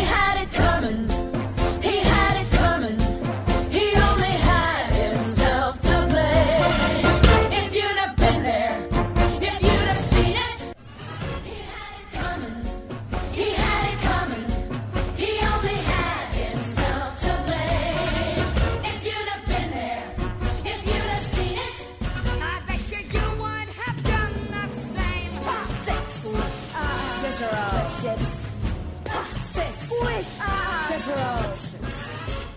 had it coming. He had it coming. He only had himself to blame. If you'd have been there, if you'd have seen it, he had it coming. He had it coming. He only had himself to blame. If you'd have been there, if you'd have seen it, I bet you you would have done the same. Six foot Cicero.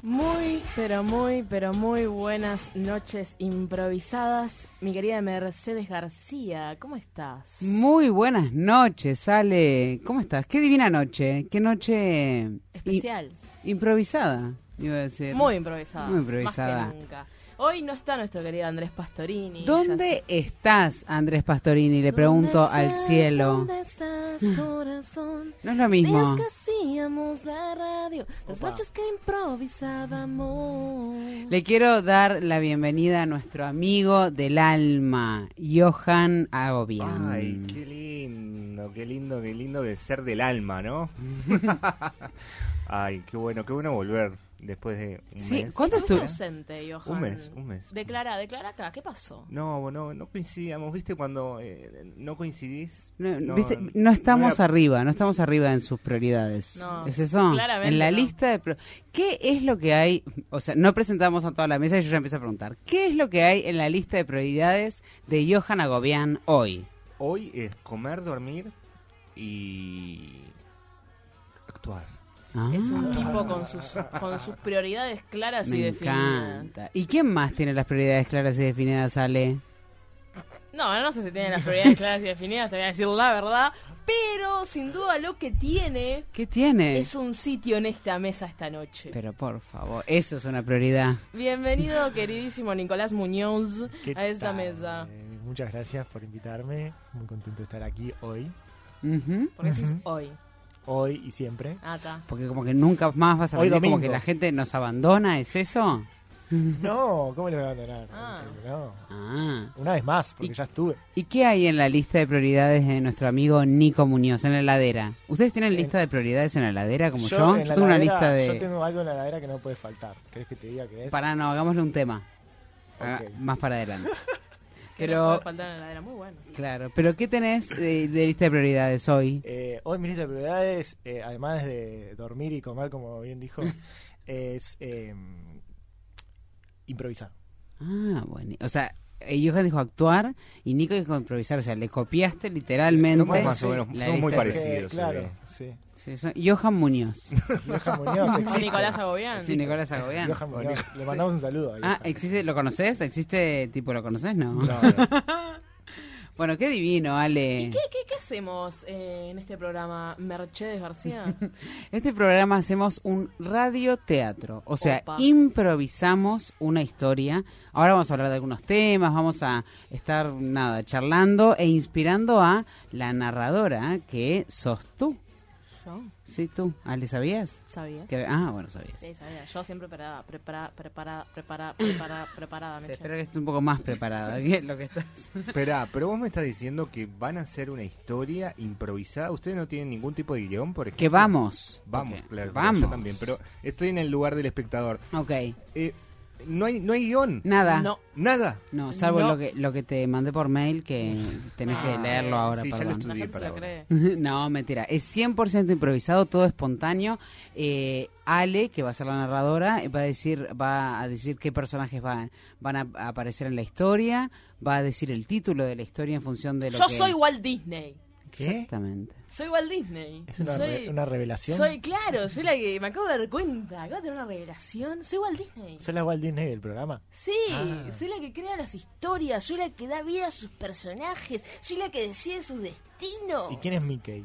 Muy, pero muy, pero muy buenas noches improvisadas. Mi querida Mercedes García, ¿cómo estás? Muy buenas noches, Ale. ¿Cómo estás? Qué divina noche. Qué noche i- Especial. improvisada, iba a decir. Muy improvisada. Muy improvisada. Más que nunca. Hoy no está nuestro querido Andrés Pastorini. ya sé. ¿Dónde estás, Andrés Pastorini? Le pregunto ¿Dónde al estás? cielo. ¿Dónde estás, corazón? No es lo Días mismo. que hacíamos la radio, las noches que improvisábamos. Le quiero dar la bienvenida a nuestro amigo del alma, Johan Agobian. Em. Ay, qué lindo, qué lindo, qué lindo de ser del alma, ¿no? Ay, qué bueno, qué bueno volver después de un Sí, mes. ¿cuánto Estuviste estuvo? ausente, Johan. Un mes, un mes. Declara, declara acá, ¿qué pasó? No, no, no coincidíamos, ¿viste? Cuando eh, no coincidís. No, viste, no no estamos era- arriba, no estamos arriba en sus prioridades. No, ¿Es eso? claramente en la no. lista de... pro- ¿Qué es lo que hay? O sea, no presentamos a toda la mesa y yo ya empiezo a preguntar. ¿Qué es lo que hay en la lista de prioridades de Johan Agobian hoy? Hoy es comer, dormir y actuar. Ah, Es un tipo con sus, con sus prioridades claras y me definidas. encanta. ¿Y quién más tiene las prioridades claras y definidas, Ale? No, no sé si tiene las prioridades claras y definidas, te voy a decir la verdad. Pero sin duda lo que tiene ¿Qué tiene? es un sitio en esta mesa esta noche. Pero por favor, eso es una prioridad. Bienvenido, queridísimo Nicolás Muñoz, ¿Qué a esta tal? mesa. Eh, Muchas gracias por invitarme. Muy contento de estar aquí hoy. Ujú. Porque decís Ujú. hoy, Hoy y siempre. Ata. Porque como que nunca más vas a Hoy venir, como domingo. que la gente nos abandona, ¿es eso? No, ¿cómo le voy a abandonar? Ah. No. Ah. Una vez más, porque Y- ya estuve. ¿Y qué hay en la lista de prioridades de nuestro amigo Nico Muñoz en la heladera? ¿Ustedes tienen En- lista de prioridades en la heladera como yo? Yo, en la tengo una heladera- lista de... Yo tengo algo en la ladera que no puede faltar. ¿Crees que te diga qué es? Para Ah. no, hagámosle un tema. Haga- Ok. Más para adelante. Que no pero, puede faltar en la heladera, muy bueno. claro, pero ¿qué tenés de, de lista de prioridades hoy? Eh, hoy mi lista de prioridades, eh, además de dormir y comer, como bien dijo, es eh, improvisar. Ah, bueno. O sea, eh, Johan dijo actuar y Nico dijo improvisar. O sea, le copiaste literalmente. Somos más o menos, la somos muy lista de- parecidos. se claro, ve. sí. Sí, son- Johan Muñoz. Johan Muñoz O existe. Nicolás Agobián. Sí, Nicolás Agobián. Johan Muñoz. Le mandamos un saludo. a Ah, Johan. existe, ¿lo conoces? ¿Existe tipo lo conoces? No. No, no. Bueno, qué divino, Ale. ¿Qué, qué, qué hacemos eh, en este programa, Mercedes García? En este programa hacemos un radioteatro, o sea, Opa. improvisamos una historia. Ahora vamos a hablar de algunos temas, vamos a estar nada charlando e inspirando a la narradora que sos tú. Yo Sí, tú. Ale, ¿sabías? sabía. Que- ah, bueno, sabías. Sí, sabía. Yo siempre preparada, preparada, preparada, preparada, preparada, preparada. me Sí, eché. espero que estés un poco más preparada que lo que estás. Esperá, pero vos me estás diciendo que van a hacer una historia improvisada. ¿Ustedes no tienen ningún tipo de guión, por ejemplo? Que vamos. Vamos, Ok, claro, Vamos. Yo también, pero estoy en el lugar del espectador. Ok, Eh, no hay, no hay guión. nada. No. Nada. No, salvo No. lo que lo que te mandé por mail que tenés que Ah, leerlo sí, ahora, sí, ya lo perdón. estudié. La gente se para lo ahora. cree. No, mentira. Es 100% improvisado, todo espontáneo. Eh, Ale, que va a ser la narradora, eh, va a decir, va a decir qué personajes van, van a a aparecer en la historia, va a decir el título de la historia en función de lo Yo que... soy Walt Disney. ¿Qué? Exactamente. Soy Walt Disney. Es una, soy, re- una revelación. soy, claro, soy la que me acabo de dar cuenta. Acabo de tener una revelación. Soy Walt Disney. Soy la Walt Disney del programa. Sí, Ah. soy la que crea las historias, soy la que da vida a sus Oh. personajes, soy la que decide su destino. ¿Y quién es Mickey?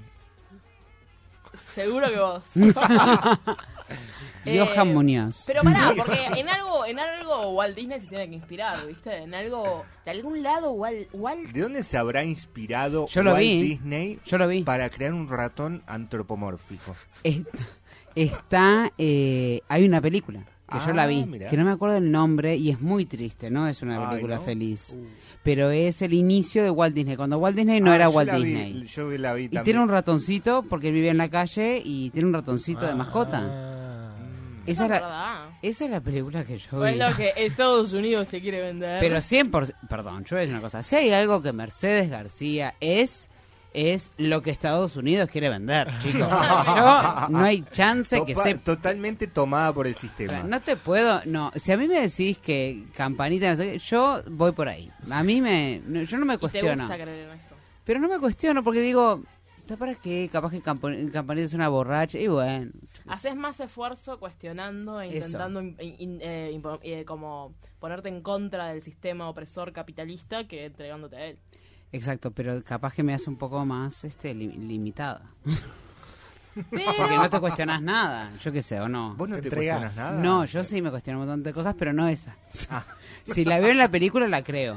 Seguro que vos. Eh, Johan Muñoz. Pero pará, porque en algo, en algo Walt Disney se tiene que inspirar, ¿viste? En algo, de algún lado Walt, Walt ¿De dónde se habrá inspirado Yo lo Walt vi. Disney Yo lo vi. para crear un ratón antropomórfico? Est- Está, eh, hay una película que yo Ah, la vi, mirá. que no me acuerdo el nombre y es muy triste, ¿no? Es una Ay, película ¿no? Uh. feliz. Pero es el inicio de Walt Disney, cuando Walt Disney no Ah, era yo Walt la vi, Disney. yo la vi Y también. tiene un ratoncito porque él vive en la calle y tiene un ratoncito de mascota. Ah. Esa es, la, ¿verdad? esa es la película que yo Pues vi. lo que Estados Unidos te quiere vender. Pero 100%, perdón, yo voy a decir una cosa. Si hay algo que Mercedes García es, es lo que Estados Unidos quiere vender, chicos. Yo no hay chance que Topa- se Totalmente tomada por el sistema. No te puedo, no. Si a mí me decís que campanita, no sé qué, yo voy por ahí. A mí me, no, yo no me Y te cuestiono. gusta creer en eso. Pero no me cuestiono porque digo, ¿está para qué? Capaz que Campo- campanita es una borracha y bueno. Haces más esfuerzo cuestionando e Eso. intentando in- in- eh, impo- eh, como ponerte en contra del sistema opresor capitalista que entregándote a él. Exacto, pero capaz que me hace un poco más este li- limitada. Pero Porque no te cuestionas nada, yo qué sé, o no. ¿Vos no te, Te entregás. cuestionas nada? Ah. No, yo sí me cuestiono un montón de cosas, pero no esa. Si la veo en la película, la creo.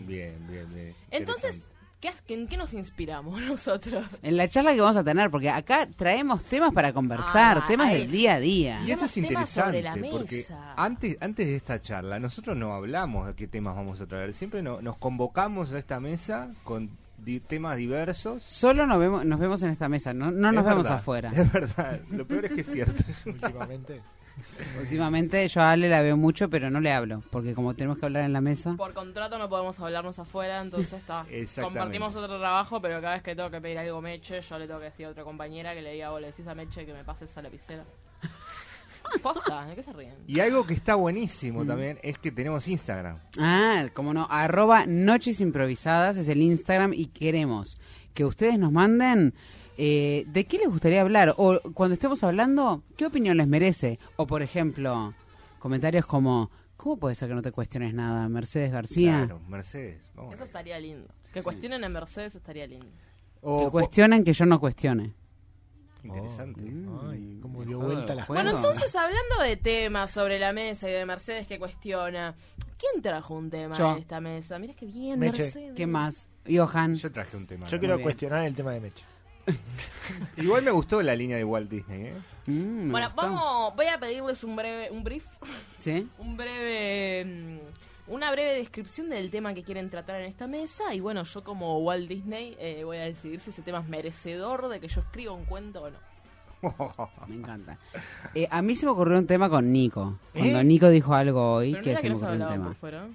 Bien, bien, bien. entonces, ¿qué, has- ¿en qué nos inspiramos nosotros? En la charla que vamos a tener, porque acá traemos temas para conversar, Ah, temas ahí del sí. día a día. Y eso Tenemos es temas sobre interesante, la porque mesa. antes, antes de esta charla, nosotros no hablamos de qué temas vamos a traer. Siempre no- nos convocamos a esta mesa con di- temas diversos. Solo nos vemos, nos vemos en esta mesa, no, no nos Es vemos verdad, afuera. Es verdad, lo peor es que es cierto. Mm, Últimamente. Últimamente yo a Ale la veo mucho, pero no le hablo, porque como tenemos que hablar en la mesa, Por contrato no podemos hablarnos afuera, entonces está. Exactamente. Compartimos otro trabajo, pero cada vez que tengo que pedir algo Meche, yo le tengo que decir a otra compañera que le diga, vos le decís a Meche que me pase esa lapicera. Posta, ¿de qué se ríen? Y algo que está Mm. buenísimo también es que tenemos Instagram. ah, como no, arroba noches improvisadas es el Instagram y queremos que ustedes nos manden eh, de qué les gustaría hablar o cuando estemos hablando qué opinión les merece o por ejemplo comentarios como cómo puede ser que no te cuestiones nada, Mercedes García. Claro, Mercedes. vamos Eso a ver. estaría lindo. Que cuestionen a Mercedes estaría lindo. Que O- cuestionen que yo no cuestione. interesante. Oh, Ay, cómo dio vuelta la Bueno, Bueno, entonces hablando de temas sobre la mesa y de Mercedes que cuestiona, ¿quién trajo un tema Yo. a esta mesa? Mira qué bien, Meche. Mercedes. ¿Qué más? Johan. Yo traje un tema. mm. Yo ¿no? quiero bien. cuestionar el tema de Meche. Igual me gustó la línea de Walt Disney, ¿eh? Mm, me Bueno, gustó. vamos, voy a pedirles un breve, un brief, ¿Sí? un breve, mm, una breve descripción del tema que quieren tratar en esta mesa y bueno, yo como Walt Disney eh, voy a decidir si ese tema es merecedor de que yo escriba un cuento o no. Me encanta. Eh, a mí se me ocurrió un tema con Nico. ¿Eh? Cuando Nico dijo algo hoy, Pero no que era se que me nos ocurrió un hablaban por tema. fuera.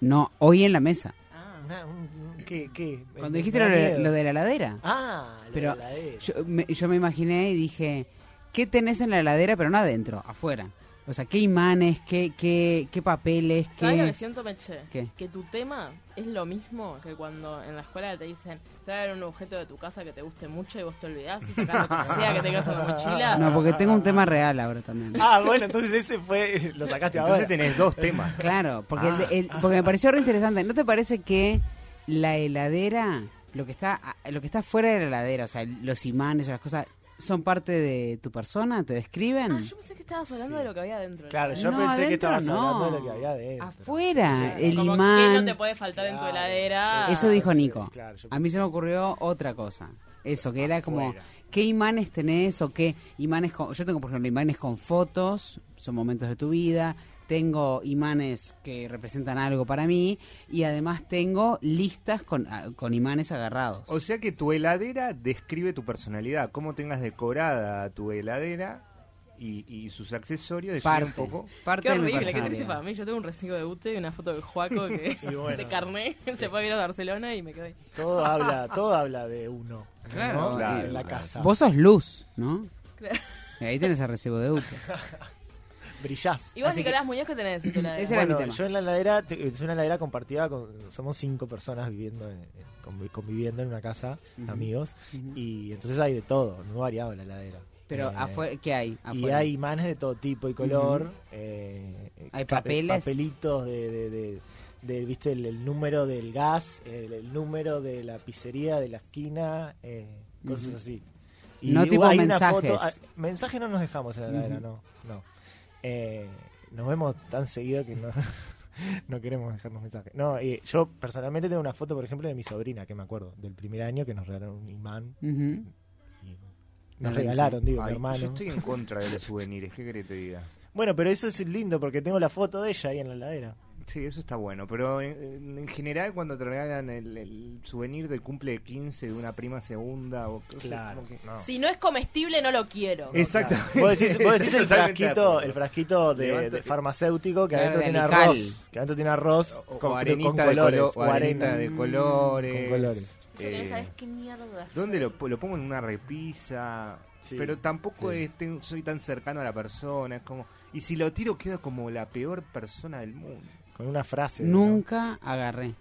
No, hoy en la mesa. Ah, Una- un- un- ¿Qué? qué? Cuando Me- dijiste me lo, da de- miedo. lo de la heladera. Ah, lo Pero de la E. Yo me, yo me imaginé y dije, ¿qué tenés en la heladera? Pero no adentro, afuera. O sea, ¿qué imanes? ¿Qué, qué, qué papeles? ¿Sabes lo que ¿Qué...? siento, Meche? ¿Qué? Que tu tema es lo mismo que cuando en la escuela te dicen traer un objeto de tu casa que te guste mucho y vos te olvidás y sacás lo que sea que tengas en la mochila. No, porque tengo un tema real ahora también. Ah, bueno, entonces ese fue. Lo sacaste ahora. Entonces tenés dos temas. Claro, porque, el de- el- Ah. porque me pareció re interesante. ¿No te parece que la heladera, lo que está a- lo que está fuera de la heladera, o sea, el- los imanes, las cosas, son parte de tu persona? ¿Te describen? Ah, yo pensé que estabas hablando de lo que había adentro. Claro, yo No, pensé que adentro estabas no. hablando de lo que había adentro. Afuera, el Como, imán. ¿Qué no te puede faltar en tu Claro, heladera? sí. Eso dijo sí, Nico. claro, yo a mí pensé se me eso. Ah, ocurrió otra cosa. Eso, que era como, Afuera. ¿qué imanes tenés o qué imanes con... Yo tengo, por ejemplo, imanes con fotos, son momentos de tu vida. Tengo imanes que representan algo para mí y además tengo listas con, ah, con imanes agarrados. O sea que tu heladera describe tu personalidad, cómo tengas decorada tu heladera y, y sus accesorios, decir parte, un poco. parte Qué de mi horrible, qué triste personalidad. para mí. Yo tengo un recibo de UTE y una foto del Juaco que Y bueno. de carné se fue a ir a Barcelona y me quedé. Todo habla, todo habla de uno. ¿no? Claro, Claro, en la claro. casa. Vos sos luz, ¿no? Claro. Y Ahí tenés el recibo de UTE. Brillás. Y vos, Así Nicolás Muñoz, ¿qué tenés en tu heladera? Ese era mi Bueno, tema. yo en la heladera, te- es una heladera compartida con, somos cinco personas viviendo, en- convi- conviviendo en una casa, amigos, y entonces hay de todo, muy variado la heladera. Pero, Eh, afuera, ¿qué hay? Y Afuera. hay imanes de todo tipo y color. eh, Hay ca- papeles. Papelitos de, de- de- de, viste, el, el número del gas, el, el número de la pizzería, de la esquina, eh, cosas Ujú. así. Y No hubo- tipo hay una mensajes. foto- ah, mensaje no nos dejamos en la heladera, no. no. Eh, nos vemos tan seguido que no, no queremos dejarnos mensajes. No, eh, yo personalmente tengo una foto, por ejemplo, de mi sobrina, que me acuerdo, del primer año que nos regalaron un imán. Ujú. y La nos regalaron, digo, mi Ay, hermano. Yo estoy en contra de los souvenirs, ¿qué querés que te diga? Bueno, pero eso es lindo porque tengo la foto de ella ahí en la heladera. Sí, eso está bueno, pero en, en general cuando te regalan el, el souvenir del cumple de 15 de una prima segunda o cosas como que- no. Si no es comestible, no lo quiero. Exactamente. Vos decís, vos decís Totalmente el de frasquito, acuerdo. el frasquito de, Levanto- de farmacéutico que Claro, adentro de tiene alical. arroz, que adentro tiene arroz o, con, o con arenita de colores, colo- o o arenita arena. Mm. de colores. con colores. Eso que Eh, no sabes qué mierda. hacer. ¿Dónde lo, po- lo pongo en una repisa? Sí, pero tampoco sí. es- ten- soy tan cercano a la persona. Es como, y si lo tiro, queda como la peor persona del mundo. Con una frase. Nunca agarré.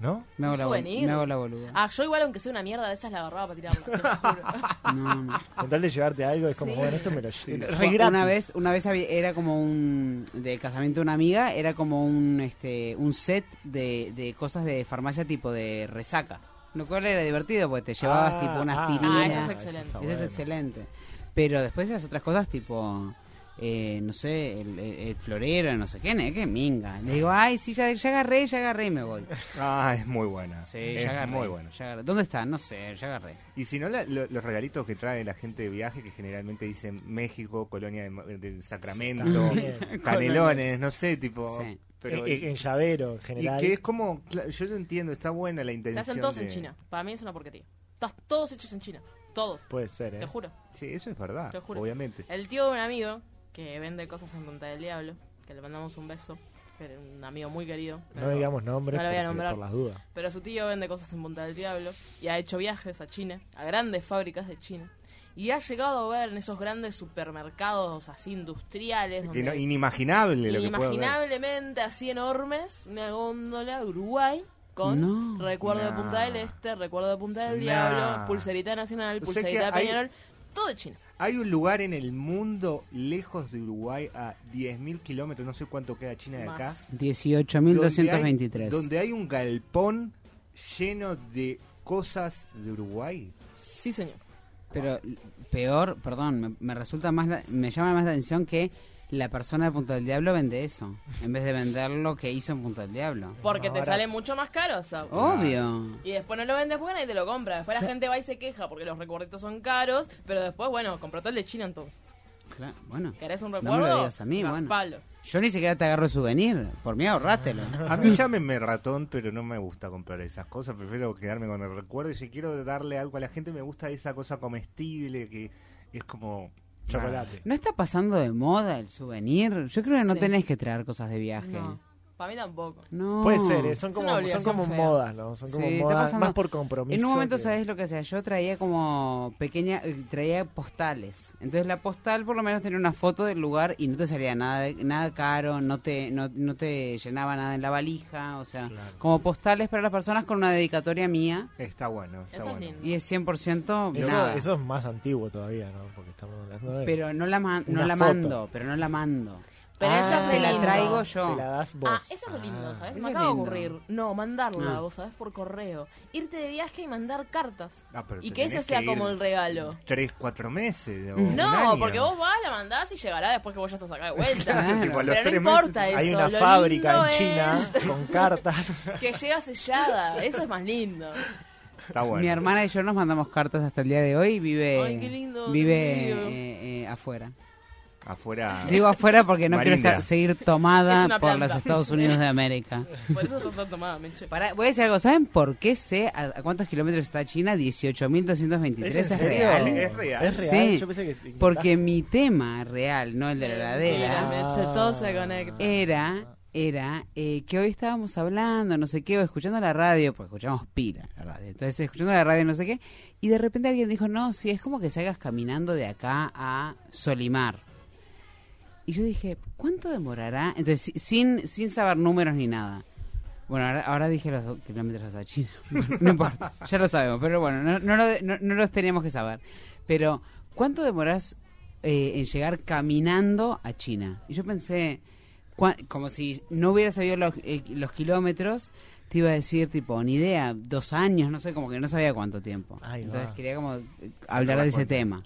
¿No? Me hago, Un la, bol- souvenir. me hago la boluda. Ah, yo igual aunque sea una mierda, de esas la agarraba para tirarla. te lo juro. No, no. Con tal de llevarte algo, es como, Sí. bueno, esto me lo llevo. Fue Una vez, una vez había- era como un del casamiento de una amiga, era como un este un set de, de cosas de farmacia tipo de resaca. Lo cual era divertido porque te llevabas tipo una aspirina. Ah, eso es excelente. está Eso es bueno. excelente. Pero después de las otras cosas, tipo, eh, no sé, el, el- el florero, no sé qué, ne- qué minga. Le digo, ay, sí, ya, ya agarré, ya agarré y me voy. Ah, es muy buena. Sí, es ya agarré. muy buena. ya agarré. ¿Dónde está? No sé, ya agarré. Y si no, la- lo- los regalitos que trae la gente de viaje, que generalmente dicen México, Colonia de, Ma- de Sacramento, También. Canelones, no sé, tipo. Sí. Pero, E- en, en- en llavero, en y general. que es como, cla- yo lo entiendo, está buena la Se intención. hacen todos en de- China. Para mí es una porquería. Estás todos hechos en China. Todos. Puede ser, Te ¿eh? juro. Sí, eso es verdad, Te juro. obviamente. El tío de un amigo que vende cosas en Punta del Diablo, que le mandamos un beso, que era un amigo muy querido. No pero- digamos nombres No lo voy a porque- nombrar. por las dudas. Pero su tío vende cosas en Punta del Diablo y ha hecho viajes a China, a grandes fábricas de China. Y ha llegado a ver en esos grandes supermercados así industriales, Que donde no- hay inimaginable lo que puede haber. inimaginablemente así enormes, una góndola de Uruguay con No. recuerdo de Nah. Punta del Este, recuerdo de Punta del Nah. Diablo, pulserita nacional, O sea que pulserita de hay- Peñarol, todo de China. Hay un lugar en el mundo lejos de Uruguay a 10.000 kilómetros, no sé cuánto queda China de acá. Más. donde hay- 18.223. Donde hay un galpón lleno de cosas de Uruguay. Sí, señor. Pero l- peor, perdón, me, me resulta más, la- me llama más la atención que la persona de Punta del Diablo vende eso, en vez de vender lo que hizo en Punta del Diablo. Porque más te barato. sale mucho más caro, o sea, Oh. Obvio. Y después no lo vendes porque nadie te lo compra. Después la gente va y se queja porque los recuerditos son caros. Pero después, bueno, comprate el de China entonces. Cla- bueno. ¿Querés un No me recuerdo? lo digas a mí, bueno. Palo. Yo ni siquiera te agarro el souvenir, por mí ahorrátelo. A mí llámenme ratón, pero no me gusta comprar esas cosas. Prefiero quedarme con el recuerdo. Y si quiero darle algo a la gente, me gusta esa cosa comestible que es como. Chocolate. ¿No está pasando de moda el souvenir? Yo creo que no Sí. tenés que traer cosas de viaje. No. Para mí tampoco. No. Puede ser, ¿eh? son Es como, una son obligación como fea. modas, ¿no? Son como Mm. Sí, está modas, pasando- más por compromiso. En un momento, que- ¿sabes lo que hacía? Yo traía como pequeña, eh, traía postales. Entonces la postal por lo menos tenía una foto del lugar y no te salía nada de- nada caro, no te no, no te llenaba nada en la valija, o sea, como postales para las personas con una dedicatoria mía Nah, está bueno, está Eso es bueno. lindo. y es 100% Eso, nada. eso es más antiguo todavía, ¿no? Porque estamos hablando de... Pero no la ma- no Una la foto. mando, pero no la mando. Pero Ah, esa es te la lindo. traigo yo. Te la das vos. Ah, eso es lo lindo, ¿sabes? Me eso es acaba de lindo. ocurrir. No, mandarla, Ah. vos sabés, por correo. Irte de viaje y mandar cartas. Ah, pero y te que ese tenés sea ir como el regalo. Tres, cuatro meses. o un No, año. porque vos vas, la mandás y llegará después que vos ya estás acá de vuelta. Claro. Tipo, a los Pero no tres meses- importa eso. Hay una lo lindo fábrica en es China con cartas. Que llega sellada. Eso es más lindo. Está bueno. Mi hermana y yo nos mandamos cartas hasta el día de hoy y vive Ay, qué lindo, vive qué lindo. eh, eh, afuera. Afuera. Digo afuera porque no quiero Marinda. estar- seguir Es tomada una por planta. los Estados Unidos de América. Por eso estás tan tomada, Menche. Pará, voy a decir algo, ¿saben por qué sé a, a cuántos kilómetros está China? 18.223 es, en serio? real. Es real. ¿Es real? Sí, Yo pensé que inventaste. porque mi tema real, no el de la Mira, heladera, Menche, todo se Ah. conecta. era era eh, que hoy estábamos hablando, no sé qué, o escuchando la radio, porque escuchamos pila la radio, entonces escuchando la radio, no sé qué, y de repente alguien dijo, no, sí, es como que salgas caminando de acá a Solimar. Y yo dije, ¿cuánto demorará? Entonces, si- sin, sin saber números ni nada. Bueno, ahora, ahora dije los dos kilómetros hasta China. No importa, ya lo sabemos, pero bueno, no, no, lo de- no- no los teníamos que saber. Pero, ¿cuánto demorás eh, en llegar caminando a China? Y yo pensé, cua- como si no hubiera sabido los, eh, los kilómetros, te iba a decir, tipo, ni idea, dos años, no sé, como que no sabía cuánto tiempo. Ahí Entonces va. quería como eh, hablar da de ese cuenta. tema.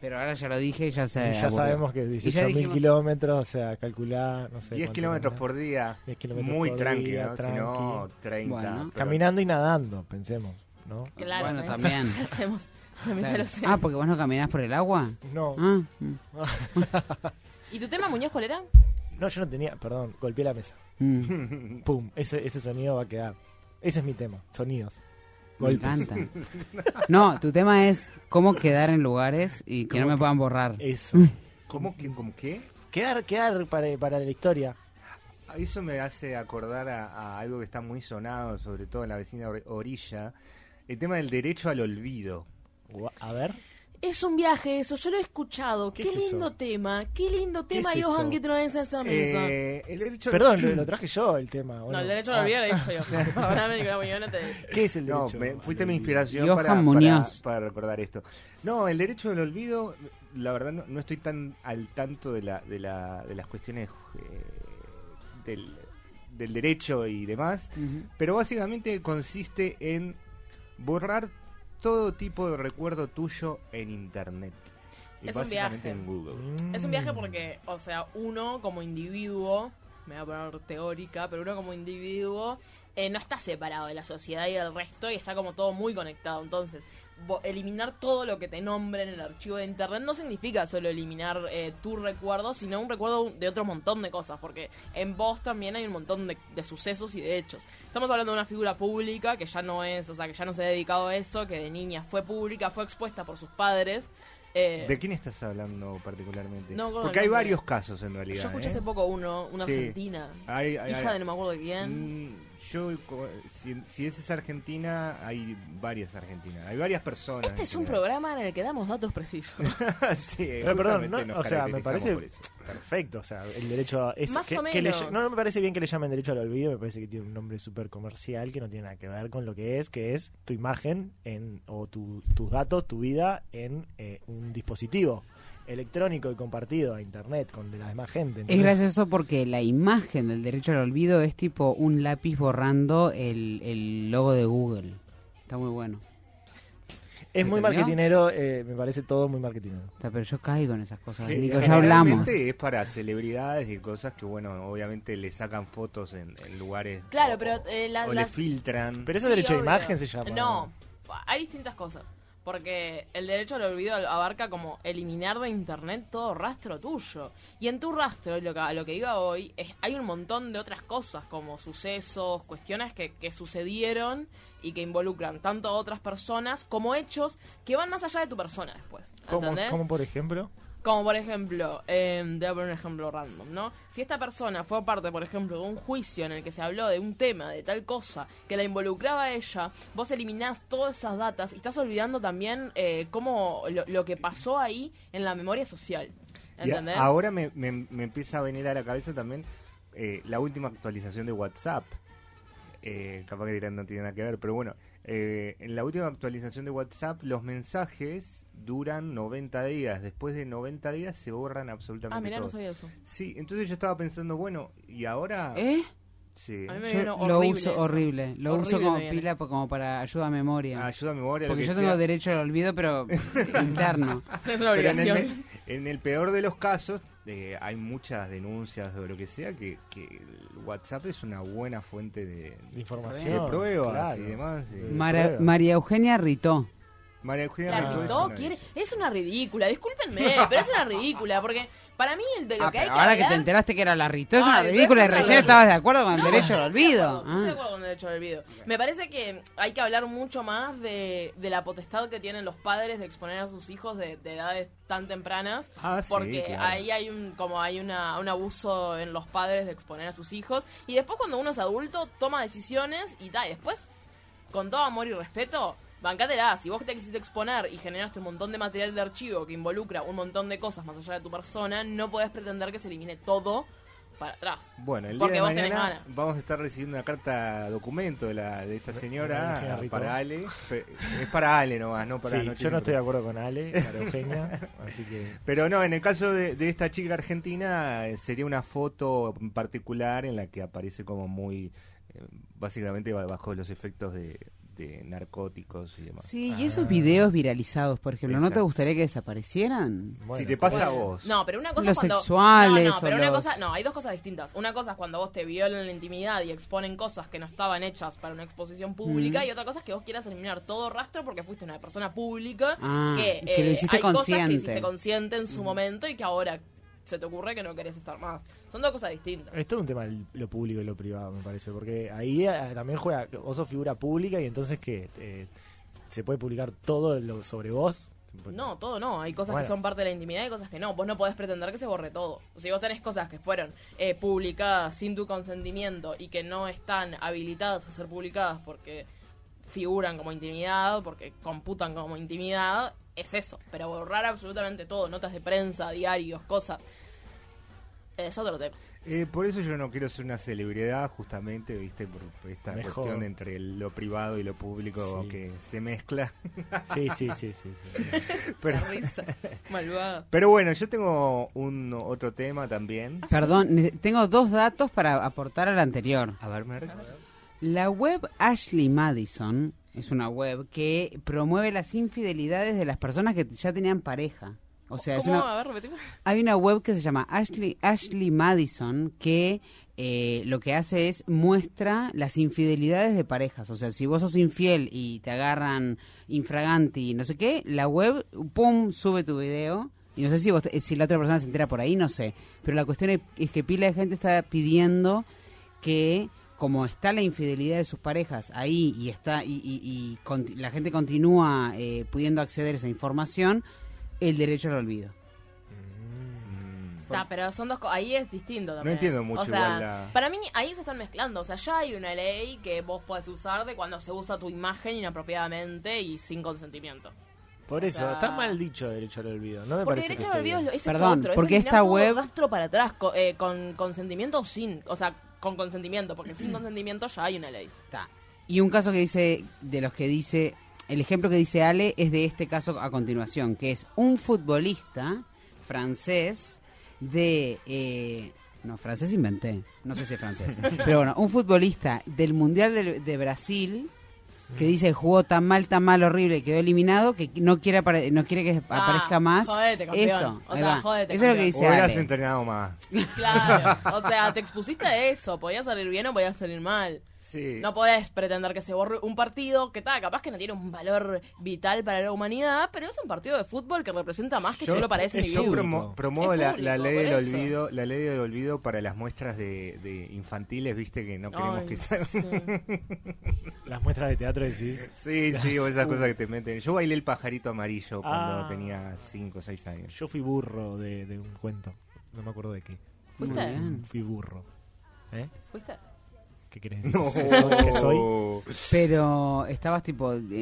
Pero ahora ya lo dije y ya se Y ya aburrió. sabemos que Y ya 18.000 dijimos- kilómetros, o sea, calcular, no sé. 10 cuánto kilómetros más. por día. 10 kilómetros Muy por tranqui, día, ¿no? Si no, tranqui. 30. Bueno. pero- Caminando y nadando, pensemos, ¿no? Claro. Bueno, ¿eh? también. ¿Qué hacemos? La mitad del Claro. océano. Ah, porque vos no caminás por el agua. No, Ah, mm, Ah. ¿Y tu tema, Muñoz, cuál era? no, yo no tenía, perdón, golpeé la mesa. mm. Pum, ese, ese sonido va a quedar. Ese es mi tema, sonidos. Me encanta. No, tu tema es cómo quedar en lugares y que no me puedan borrar. Eso. ¿Cómo que, cómo qué? quedar, quedar para, para la historia. Eso me hace acordar a, a algo que está muy sonado, sobre todo en la vecina or- orilla, el tema del derecho al olvido. Gua- A ver. Es un viaje eso, yo lo he escuchado. Qué, ¿Qué es eso? lindo tema, qué lindo tema, es Johan, eso? que traes a esta mesa. Eh, el derecho Perdón, lo, lo traje yo el tema. ¿o no, el derecho Ah, al olvido lo dijo yo. Perdóname, Nicolás Muñoz, no te... ¿Qué es el No, derecho? me- al fuiste mi olvido? inspiración Johan para, para- Muñoz. para recordar esto. No, el derecho del olvido, la verdad no, no estoy tan al tanto de, la, de, la- de las cuestiones eh, del, del derecho y demás, Ujú. pero básicamente consiste en borrar todo tipo de recuerdo tuyo en Internet. Y Es un básicamente viaje. en Google. Mm. Es un viaje porque, o sea, uno como individuo, me voy a poner teórica, pero uno como individuo eh, no está separado de la sociedad y del resto y está como todo muy conectado. Entonces, vo- eliminar todo lo que te nombre en el archivo de internet no significa solo eliminar eh, tu recuerdo, sino un recuerdo de otro montón de cosas, porque en vos también hay un montón de, de sucesos y de hechos. Estamos hablando de una figura pública que ya no es, o sea, que ya no se ha dedicado a eso, que de niña fue pública, fue expuesta por sus padres. eh, ¿De quién estás hablando particularmente? No, con el Porque hay nombre. varios casos en realidad. Yo escuché ¿eh? hace poco uno, una Sí. argentina. Hay- hay- hija hay- de no me acuerdo de quién. Mm, Yo, co- si, si esa es Argentina, hay varias Argentinas, hay varias personas. Este en es un general. programa en el que damos datos precisos. sí, Pero perdón, justamente no, nos o sea, caracterizamos me por parece eso. perfecto, o sea, el derecho a... es- Más que- o que le menos. ll- no me parece bien que le llamen derecho al olvido, me parece que tiene un nombre súper comercial que no tiene nada que ver con lo que es, que es tu imagen en, o tu- tus datos, tu vida en eh, un dispositivo electrónico y compartido a internet con la demás gente. Es Entonces, gracioso porque la imagen del derecho al olvido es tipo un lápiz borrando el, el logo de Google. Está muy bueno. es muy ¿Entendió? marketinero, eh, me parece todo muy marketinero. Está, pero yo caigo en esas cosas, Sí, Nico, ya generalmente hablamos. Es para celebridades y cosas que, bueno, obviamente le sacan fotos en, en lugares. Claro, o- pero, eh, la- o las- le filtran. Pero eso Sí, es derecho obvio. de imagen se llama. No, hay distintas cosas. Porque el derecho al olvido abarca como eliminar de internet todo rastro tuyo. Y en tu rastro, lo que, a lo que iba hoy, es, hay un montón de otras cosas como sucesos, cuestiones que, que sucedieron y que involucran tanto a otras personas como hechos que van más allá de tu persona después. Como, ¿Entendés? como por ejemplo, Como por ejemplo, eh, te voy a poner un ejemplo random, ¿no? Si esta persona fue parte, por ejemplo, de un juicio en el que se habló de un tema, de tal cosa, que la involucraba a ella, vos eliminás todas esas datas y estás olvidando también eh, cómo lo, lo que pasó ahí en la memoria social. Y a- ¿Entendés? ahora me, me- me empieza a venir a la cabeza también eh, la última actualización de WhatsApp. Eh, capaz que dirán no tiene nada que ver, pero bueno, eh, en la última actualización de WhatsApp los mensajes duran 90 días. Después de 90 días se borran ah, absolutamente mirá, no todos. sabía eso. sí, entonces yo estaba pensando, bueno, y ahora... ¿Eh? Sí. Ah, A mí me Yo vino lo horrible. uso eso. horrible. Lo Horrible uso como me viene. pila po- como para ayuda a memoria. Ayuda a memoria. lo porque Ah, que yo tengo sea. derecho al olvido, pero interno. Es una Pero en el, obligación. me- en el peor de los casos, eh, hay muchas denuncias o lo que sea, que, que el WhatsApp es una buena fuente de, de información. de pruebas claro. y demás. y- Mm. Mara- prueba. María Eugenia Ritó. María Eugenia La Arturo es gritó, una de quiere. ellas. Es una ridícula, discúlpenme, pero es una ridícula, porque para mí el de lo Ah, que hay pero que ahora que hablar- te enteraste que era la Ritó, es Ay, una pero ridícula y es una recién ridícula. estabas de acuerdo con el No, derecho yo al no estoy de olvido. acuerdo, no estoy de Ah. acuerdo con el derecho al olvido. Me parece que hay que hablar mucho más de, de la potestad que tienen los padres de exponer a sus hijos de, de edades tan tempranas. Ah, sí, porque claro. ahí hay un, como hay una, un abuso en los padres de exponer a sus hijos. Y después cuando uno es adulto, toma decisiones y tal. Y después, con todo amor y respeto, bancátela. Si vos te quisiste exponer y generaste un montón de material de archivo que involucra un montón de cosas más allá de tu persona, no podés pretender que se elimine todo para atrás. Bueno, el día Porque de vos tenés mañana ganas. vamos a estar recibiendo una carta documento de, la, de esta María Eugenia señora Arturo. para Ale. Pe- Es para Ale nomás, no para Sí, Noche yo no Sin estoy de acuerdo con Ale, para Eugenia, así que Pero no, en el caso de, de esta chica argentina eh, sería una foto en particular en la que aparece como muy eh, básicamente ba- bajo los efectos de, de narcóticos y demás. Sí, Ah. y esos videos viralizados, por ejemplo, ¿no te Exacto. gustaría que desaparecieran? Bueno, si te pasa a vos, No, pero una cosa Los es cuando... sexuales No, no, pero o una los- cosa... No, hay dos cosas distintas. Una cosa es cuando vos te violan en la intimidad y exponen cosas que no estaban hechas para una exposición pública. Mm. Y otra cosa es que vos quieras eliminar todo rastro porque fuiste una persona pública Ah, que, que lo eh, hiciste hay cosas consciente. Mm. que hiciste consciente en su momento y que ahora se te ocurre que no querés estar más. Son dos cosas distintas. Es todo un tema el- lo público y lo privado, me parece, porque ahí eh, también juega, vos sos figura pública y entonces que eh, se puede publicar todo lo sobre vos. No, todo no. Hay cosas Pues Bueno. que son parte de la intimidad y cosas que no. Vos no podés pretender que se borre todo. O sea, vos tenés cosas que fueron eh, publicadas sin tu consentimiento y que no están habilitadas a ser publicadas porque figuran como intimidad, porque computan como intimidad, es eso. Pero borrar absolutamente todo, notas de prensa, diarios, cosas, es otro tema. Eh, por eso yo no quiero ser una celebridad, justamente, viste, por esta Mejor. cuestión de entre lo privado y lo público Sí. que se mezcla. Sí, sí, sí, sí. sí. Pero- Esa risa malvada. Pero bueno, yo tengo un otro tema también. Perdón, ne- tengo dos datos para aportar al anterior. A ver, Merck. La web Ashley Madison es una web que promueve las infidelidades de las personas que ya tenían pareja. O sea, es ¿Cómo? una, A ver, repetimos. hay una web que se llama Ashley, Ashley Madison que eh, lo que hace es muestra las infidelidades de parejas. O sea, si vos sos infiel y te agarran infraganti y no sé qué, la web, pum, sube tu video. Y no sé si, vos, te- si la otra persona se entera por ahí, no sé. Pero la cuestión es, es que pila de gente está pidiendo que como está la infidelidad de sus parejas ahí y está y, y- y conti- la gente continúa eh, pudiendo acceder a esa información, el derecho al olvido. Ta, pero son dos co- ahí es distinto también. entiendo mucho O sea, igual la- Para mí ahí se están mezclando. O sea, ya hay una ley que vos podés usar de cuando se usa tu imagen inapropiadamente y sin consentimiento. Por eso, sea- está mal dicho derecho al olvido. No me Porque parece derecho que al esté olvido es bien. lo- es Perdón, esto otro. es porque eliminar esta todo web- rastro para atrás co- eh, con consentimiento o sin. O sea, con consentimiento. Porque sin consentimiento ya hay una ley. Ta. Y un caso que dice, de los que dice, el ejemplo que dice Ale es de este caso a continuación, que es un futbolista francés de... eh, no, francés inventé, no sé si es francés, pero bueno, un futbolista del Mundial de, de Brasil que dice jugó tan mal, tan mal, horrible, quedó eliminado, que no quiere, apare- no quiere que Ah, aparezca más. jodete, campeón. Eso, O ahí sea, va. jodete, Eso es lo que campeón. dice Hubieras Ale. entrenado más. Claro. O sea, te expusiste a eso. Podía salir bien o podía salir mal. Sí. No podés pretender que se borre un partido que tal, capaz que no tiene un valor vital para la humanidad, pero es un partido de fútbol que representa más que solo para ese yo individuo. promo- promuevo Es la, público, la ley por del eso. olvido, la ley del olvido para las muestras de, de infantiles, viste que no queremos Ay, que salgan. sí. Las muestras de teatro decís. Sí, sí, o esas cosas que te meten. Yo bailé el pajarito amarillo cuando Ah. tenía 5 o 6 años. Yo fui burro de, de un cuento. No me acuerdo de qué. ¿Fuiste? Muy bien. Fui burro. ¿Eh? ¿Fuiste? ¿Qué querés decir? ¿Que soy- que soy? Pero estabas tipo en,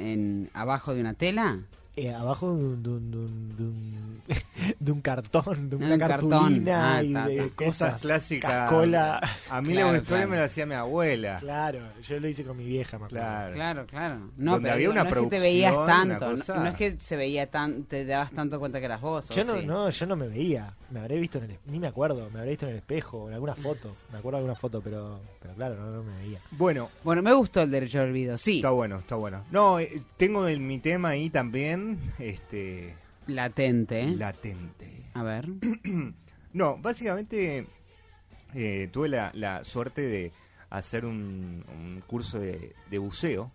en- abajo de una tela. Eh, abajo de un, de un- de un- de un- de un cartón, de Ah, una un cartón. cartulina Ah, y ta, de ta. cosas Esas clásicas. Cascola. A mí Claro, la historia claro. me la hacía mi abuela. Claro, yo lo hice con mi vieja, me acuerdo. Claro. Claro, claro. No, Donde había pero digo, una no es que te producción, veías una tanto, no- cosa. no, es que se veía tan, te dabas tanto cuenta que eras vos. ¿o Yo no, sí? no, yo no me veía. Me habré visto en el, ni me acuerdo, me habré visto en el espejo, en alguna foto. Me acuerdo de alguna foto, pero, pero claro, no, no me veía. Bueno, Bueno, me gustó el derecho al olvido, sí. está bueno, está bueno. No, eh, tengo el- mi tema ahí también, este, Latente. ¿eh? latente. A ver. No, básicamente eh, tuve la, la suerte de hacer un, un curso de, de buceo,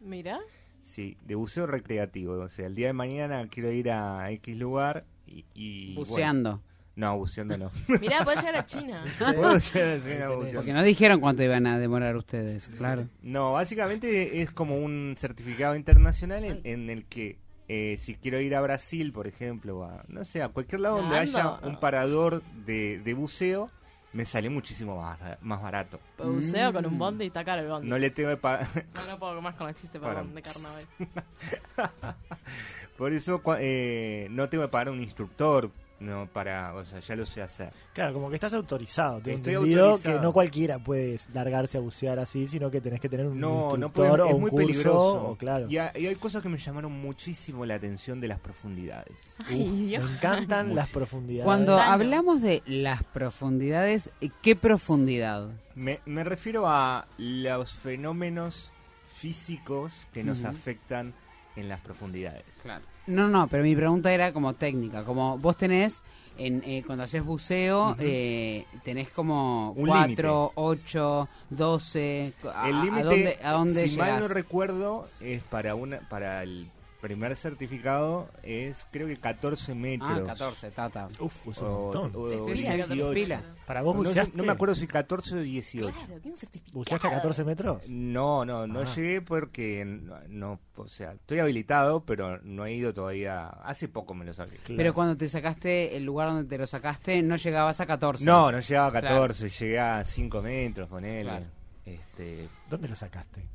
Mira. sí, de buceo recreativo. O sea, el día de mañana quiero ir a X lugar y... y, bueno, Buceando. no, buceando no. Mirá, podés llegar a China. Puedo llegar a hacer una buceada. Porque no dijeron cuánto iban a demorar ustedes, claro. No, básicamente es como un certificado internacional en, en el que eh, si quiero ir a Brasil, por ejemplo, a, no sé, a cualquier lado donde haya Ando. un parador de, de buceo, me sale muchísimo más, más barato. Buceo con un bondi y está caro el bondi. Mm. No le tengo que pagar. No, no puedo más con el chiste, Para. perdón, de carnaval. Por eso cua- eh, no tengo que pagar a un instructor, no para, o sea, ya lo sé hacer. Claro, como que estás autorizado. Te Estoy entendido autorizado. que no cualquiera puede largarse a bucear así, sino que tenés que tener un No, no instructor puedo, o es un muy curso, peligroso. o claro. Y, ha- y hay cosas que me llamaron muchísimo la atención de las profundidades. Ay, Me Dios. encantan las Muchísimo. profundidades. Cuando Tanto. hablamos de las profundidades, ¿qué profundidad? Me, me refiero a los fenómenos físicos que nos Ujú. afectan en las profundidades. Claro. No, no, pero mi pregunta era como técnica, como vos tenés, en, eh, cuando haces buceo, eh, tenés como Un 4, 8, 12, a, El a límite, dónde, a dónde si mal llegás? no recuerdo, es para una para el primer certificado es creo que 14 metros. ah, 14, tata. Uf, es un O- montón. o Es pila, 18. pila. Para No, vos no sé- buceaste. no me acuerdo si 14 o 18. Claro, tiene un certificado. ¿Buceaste a 14 metros? No, no, no Ah. llegué porque no, no, o sea, estoy habilitado, pero no he ido todavía. Hace poco me lo saqué. Pero cuando te sacaste el lugar donde te lo sacaste, no llegabas a 14. No, no llegaba a Claro. 14, llegué a 5 metros con él. Claro. Este, ¿Dónde lo sacaste?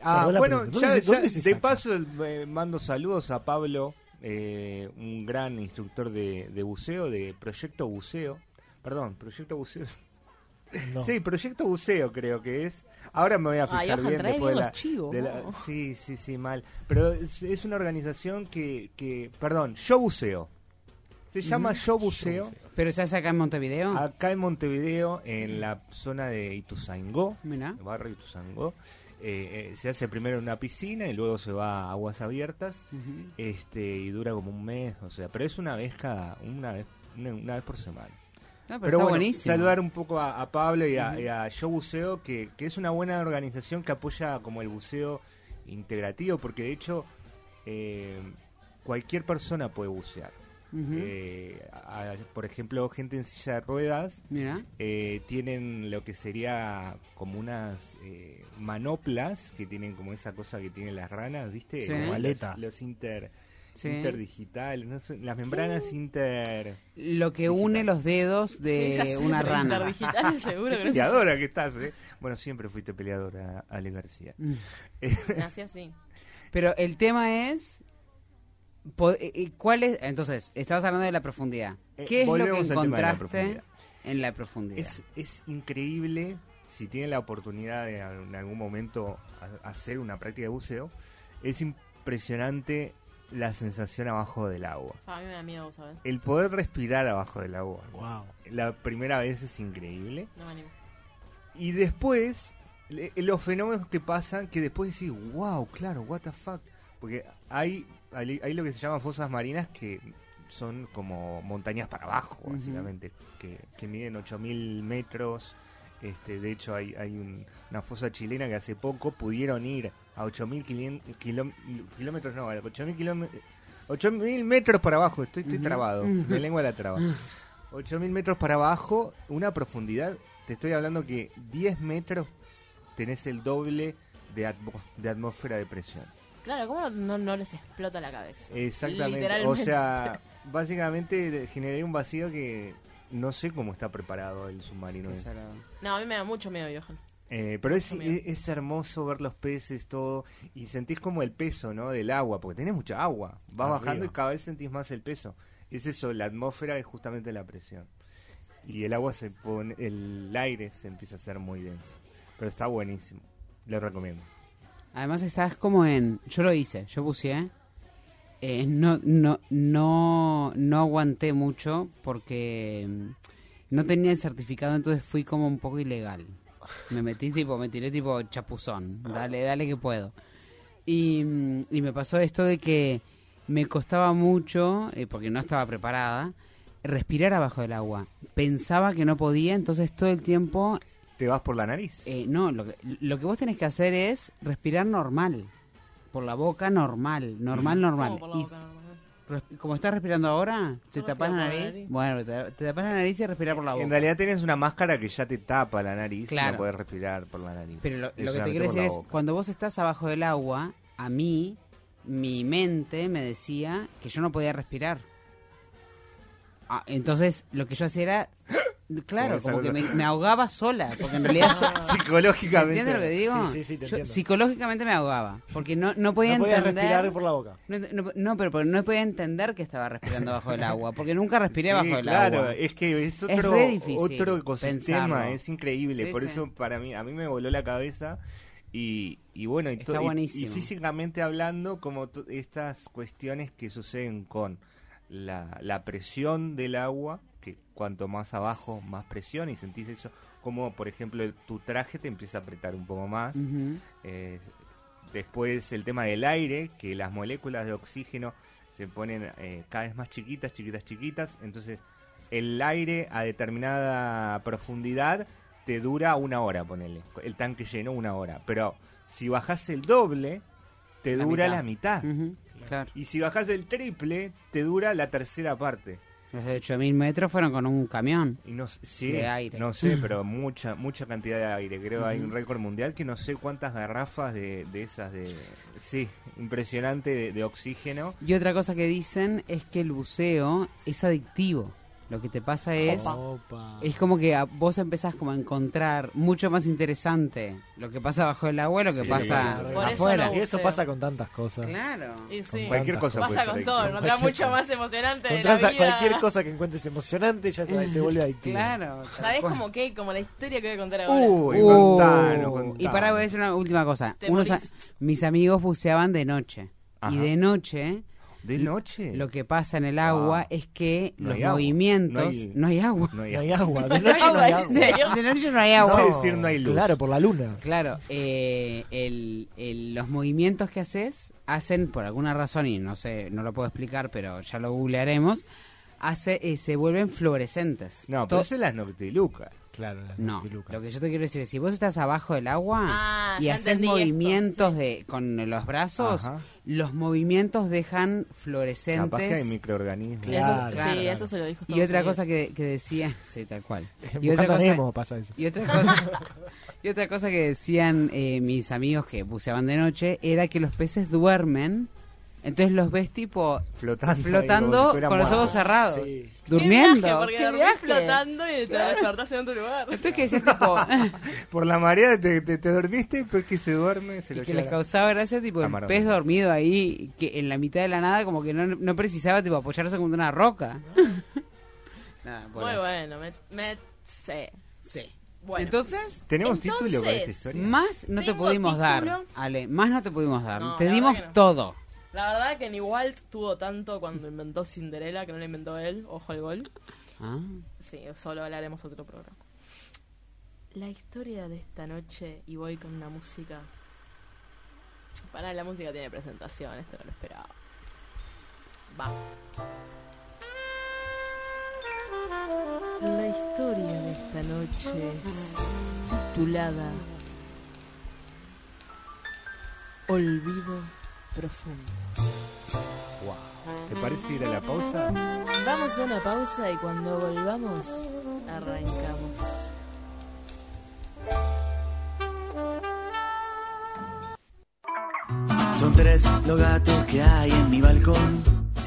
Ah, Perdón la bueno, pregunta. ya, ¿Dónde se- ya dónde se de saca? paso eh, mando saludos a Pablo, eh, un gran instructor de, de buceo, de Proyecto Buceo. Perdón, Proyecto Buceo. No. Sí, Proyecto Buceo creo que es. Ahora me voy a Ay, fijar Ojan, bien trae después bien de la, los chivos, de la- ¿no? Sí, sí, sí, mal. Pero es, es una organización que, que... Perdón, Yo Buceo. Se llama Yo Buceo. ¿Pero se hace acá en Montevideo? Acá en Montevideo, en la zona de Ituzaingó, Mirá. el barrio Ituzaingó, eh, eh, se hace primero en una piscina y luego se va a aguas abiertas Ujú. este y dura como un mes, o sea, pero es una vez cada, una vez, una, una vez por semana. No, pero, Pero está bueno, buenísimo. saludar un poco a, a Pablo y a, y a Yo Buceo, que, que es una buena organización que apoya como el buceo integrativo, porque de hecho eh, cualquier persona puede bucear. Ujú. Eh, a- por ejemplo, gente en silla de ruedas Mira. eh, tienen lo que sería como unas eh, manoplas que tienen como esa cosa que tienen las ranas, ¿viste? Sí. Como los- Aletas. Los, inter, Sí. interdigitales, no sé, las membranas inter. Lo que une los dedos de Sí, ya sé, Eh, una pero rana. interdigital, seguro que no sé. Peleadora que estás, ¿eh? Bueno, siempre fuiste peleadora, Ale García. Mm. Nací así. Pero el tema es. po- eh, eh, ¿Cuál es? Entonces, estabas hablando de la profundidad. Eh, ¿Qué es lo que volvemos al tema de la encontraste profundidad. en la profundidad? Es, es increíble si tienen la oportunidad de al- en algún momento ha- hacer una práctica de buceo. Es impresionante la sensación abajo del agua. A mí me da miedo, ¿sabes? El poder respirar abajo del agua. Wow. La primera vez es increíble. No me animo. Y después, le- los fenómenos que pasan, que después decís, wow, claro, what the fuck. Porque hay, hay, hay lo que se llaman fosas marinas que son como montañas para abajo, Ujú. básicamente, que, que miden 8000 metros. Este, de hecho, hay, hay un- una fosa chilena que hace poco pudieron ir a 8000 quilien- kilom- kilómetros, no, a 8000 kilómetros. 8.000 metros para abajo, estoy, estoy Ujú. trabado, mi lengua la traba. 8.000 metros para abajo, una profundidad, te estoy hablando que 10 metros tenés el doble de, atmo- de atmósfera de presión. Claro, ¿cómo no, no les explota la cabeza? Exactamente. O Literalmente. sea, básicamente de- generé un vacío que no sé cómo está preparado el submarino. ese. No, a mí me da mucho miedo, Johan. Eh, pero es, Mucho miedo. es, es hermoso ver los peces, todo, y sentís como el peso, ¿no? Del agua, porque tenés mucha agua. Vas Arriba. bajando y cada vez sentís más el peso. Es eso, la atmósfera es justamente la presión. Y el agua se pone, el aire se empieza a hacer muy denso. Pero está buenísimo, lo recomiendo. Además estás como en, yo lo hice, yo buceé, eh, no, no, no, no aguanté mucho porque mm, no tenía el certificado, entonces fui como un poco ilegal. Me metí tipo, me tiré tipo chapuzón, dale, dale que puedo. Y, mm, y me pasó esto de que me costaba mucho, eh, porque no estaba preparada, respirar abajo del agua. Pensaba que no podía, entonces todo el tiempo ¿Te vas por la nariz? eh, no, lo que, lo que vos tenés que hacer es respirar normal. Por la boca normal, normal, ¿Cómo normal. por la Y boca? No, no, no. resp- como estás respirando ahora, te Yo respiro tapás la por la nariz. nariz. Bueno, te, te tapás la nariz y respirar por la boca. en realidad tenés una máscara que ya te tapa la nariz y Claro. no puedes respirar por la nariz. Pero lo, Es lo que te solamente quiero por decir la es, boca. cuando vos estás abajo del agua, a mí, mi mente me decía que yo no podía respirar. Ah, entonces, lo que yo hacía era Claro, Como como que esa me, cosa. me ahogaba sola, porque en realidad... so- Psicológicamente. ¿Entiendes lo que digo? Sí, sí, sí, te Yo entiendo. psicológicamente me ahogaba, porque no, no podía No podías entender... respirar por la boca. No, no- no, pero porque no podía entender que estaba respirando bajo el agua, porque nunca respiré Sí, bajo el claro, agua. es que es Es otro, re difícil otro ecosistema, pensarlo. es increíble. Sí, Por sí. eso para mí, a mí me voló la cabeza. Y, y bueno, y, Está to- y- y, buenísimo. físicamente hablando, como to- estas cuestiones que suceden con la, la presión del agua, que cuanto más abajo, más presión, y sentís eso, como por ejemplo el- tu traje te empieza a apretar un poco más. Ujú. Eh, después el tema del aire, que las moléculas de oxígeno se ponen eh, cada vez más chiquitas, chiquitas, chiquitas. Entonces el aire a determinada profundidad te dura una hora, ponele. El tanque lleno una hora. Pero si bajas el doble, te La dura mitad. la Ah. mitad. Ujú, Claro. Y si bajas el triple, te dura la tercera parte. Los de 8.000 metros fueron con un camión. Y no, s- sí, De aire. no sé, pero mucha mucha cantidad de aire. Creo hay un récord mundial que no sé cuántas garrafas de, de esas de... Sí, impresionante de, de oxígeno. Y otra cosa que dicen es que el buceo es adictivo. Lo que te pasa es... Opa. Es como que a- vos empezás como a encontrar mucho más interesante lo que pasa bajo el agua y lo que Sí, pasa sí, sí. Por eso afuera. no Y eso buceo. pasa con tantas cosas. Claro. Y sí. Cualquier cosa puede Pasa ser con adictivo. todo, encontrás Cualquier mucho cosa. más emocionante de la Encontrás a- vida. cualquier cosa que encuentres emocionante ya se, se vuelve adictivo. Claro. tal ¿Sabés cual. como qué? Como la historia que voy a contar ahora. Uy, Uh, contanos, y contanos. para voy a decir una última cosa. Te Unos a- moriste. mis amigos buceaban de noche. Ajá. Y de noche, ¿De noche? lo que pasa en el agua Ah. es que No hay los agua. movimientos. No hay- No hay agua. No hay No hay agua. agua. De noche no hay agua. ¿En serio? De noche no hay No. agua. Quiere decir, no hay luz. Claro, por la luna. Claro, eh, el- el- los movimientos que haces hacen, por alguna razón, y no sé, no lo puedo explicar, pero ya lo googlearemos, hace, eh, se vuelven fluorescentes. No, To- pero eso es las noctilucas. Claro, la No, Lucas. lo que yo te quiero decir es, si vos estás abajo del agua Ah, y ya haces entendí esto, movimientos de con los brazos, Ajá. los movimientos dejan Capaz que hay fluorescentes. microorganismos. Eso- Claro, sí, claro. eso se lo dijo Y otra Estados cosa que, que decía, sí, tal cual. En Y otra Buscando a cosa, Nemo pasa eso. Y otra cosa, y otra cosa que decían eh, mis amigos que buceaban de noche era que los peces duermen, entonces los ves tipo Flotando. ahí, como si flotando fueran con los ojos muertos. cerrados, Sí. Unidos. Qué durmiendo. viaje, porque ¡Qué dormís viaje! flotando y te despertás en otro lugar. Entonces que decían tipo, Por la marea te, te, te dormiste, porque se duerme, se y lo que les llevan. causaba gracia tipo el Camarón. pez dormido ahí que en la mitad de la nada como que no, no precisaba tipo apoyarse contra una roca. Nada, Muy bolas. bueno, me, me sé. Sí. Bueno. Entonces, ¿Tenemos título para esta Entonces, historia? más no te Tengo pudimos dar, título. Ale, más no te pudimos dar. No, te la verdad dimos que no. todo. La verdad que ni Walt tuvo tanto cuando inventó Cinderella, que no la inventó él, ojo al gol. Ah. Sí, solo hablaremos otro programa. La historia de esta noche, y voy con una música. Para la música tiene presentación, esto no lo esperaba. Va. La historia de esta noche, titulada Olvido Profundo. ¿Te parece ir a la pausa? Vamos a una pausa y cuando volvamos, arrancamos. Son tres los gatos que hay en mi balcón.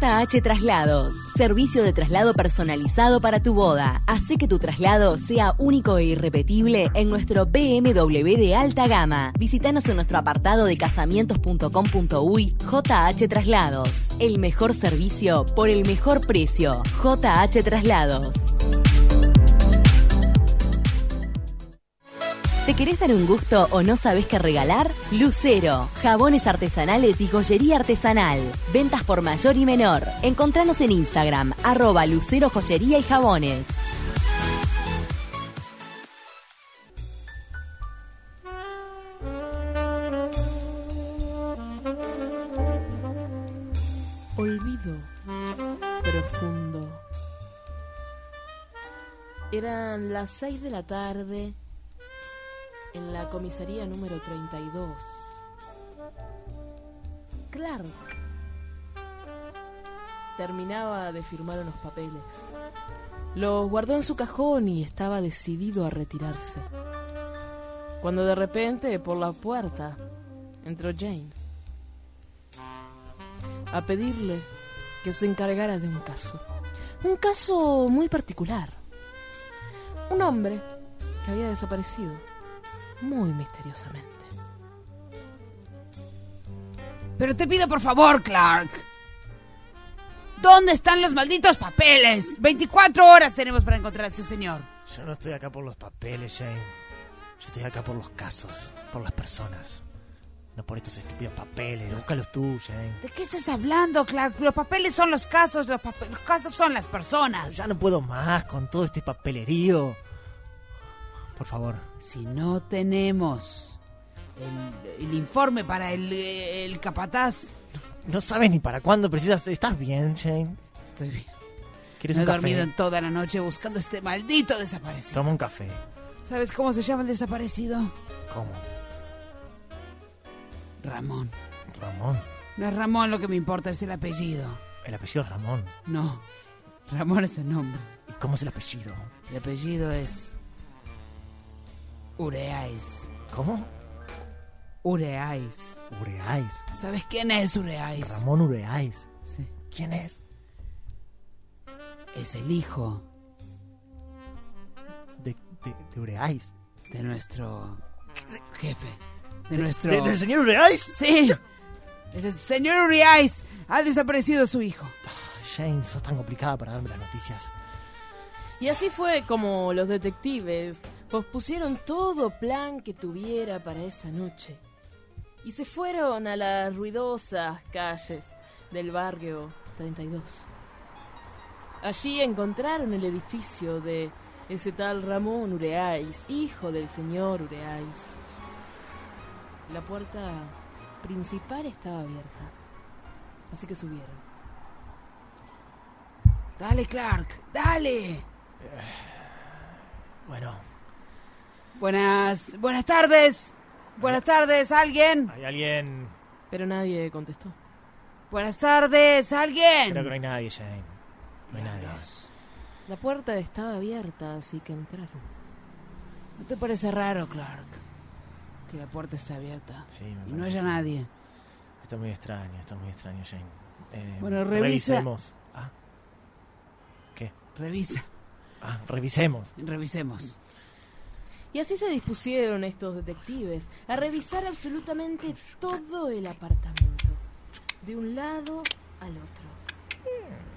JH Traslados. Servicio de traslado personalizado para tu boda. Hace que tu traslado sea único e irrepetible en nuestro BMW de alta gama. Visítanos en nuestro apartado de casamientos.com.uy JH Traslados. El mejor servicio por el mejor precio. JH Traslados. ¿Te querés dar un gusto o no sabes qué regalar? Lucero, jabones artesanales y joyería artesanal. Ventas por mayor y menor. Encontranos en Instagram, arroba Lucero Joyería y Jabones. Olvido profundo. Eran las 6 de la tarde en la comisaría número 32. Clark terminaba de firmar unos papeles. Los guardó en su cajón y estaba decidido a retirarse. Cuando de repente, por la puerta, entró Jane a pedirle que se encargara de un caso. Un caso muy particular. Un hombre que había desaparecido muy misteriosamente. Pero te pido por favor, Clark. ¿Dónde están los malditos papeles? 24 horas tenemos para encontrar a este señor. Yo no estoy acá por los papeles, Jane. Yo estoy acá por los casos, por las personas. No por estos estúpidos papeles. Búscalos tú, Jane. ¿De qué estás hablando, Clark? Los papeles son los casos, los, pape- los casos son las personas. Ya no puedo más con todo este papelerío. Por favor. Si no tenemos el, el informe para el, eh, el capataz, No sabes ni para cuándo precisas. ¿Estás bien, Jane? estoy bien. ¿Quieres No he un café? dormido en toda la noche buscando este maldito desaparecido. Toma un café. ¿Sabes cómo se llama el desaparecido? ¿Cómo? Ramón. Ramón. No es Ramón lo que me importa, es el apellido. El apellido es Ramón. No, Ramón es el nombre. ¿Y cómo es el apellido? El apellido es. Ureáis. ¿Cómo? Ureáis. Ureáis. ¿Sabes quién es Ureáis? Ramón Ureáis. Sí. ¿Quién es? Es el hijo De, de, de Ureáis. de nuestro jefe. De nuestro. ¿De- ¿Del señor Ureáis? Sí. Es el señor Ureáis. Ha desaparecido su hijo. Jane, sos tan complicada para darme las noticias. Y así fue como los detectives pospusieron todo plan que tuviera para esa noche. Y se fueron a las ruidosas calles del barrio 32. Allí encontraron el edificio de ese tal Ramón Ureáis, hijo del señor Ureáis. La puerta principal estaba abierta, así que subieron. Dale, Clark. Dale. Bueno, Buenas. Buenas tardes. Buenas tardes, alguien. hay alguien. Pero nadie contestó. Buenas tardes, alguien. Creo que no hay nadie, Jane. No hay nadie. La puerta estaba abierta, así que entraron. ¿No te parece raro, Clark? Que la puerta está abierta Sí, me y no parece haya nadie. Está muy extraño, está muy extraño, Jane. Eh, Bueno, revisa- Revisemos. Ah. ¿Qué? Revisa, Ah, revisemos. revisemos. Y así se dispusieron estos detectives a revisar absolutamente todo el apartamento, de un lado al otro.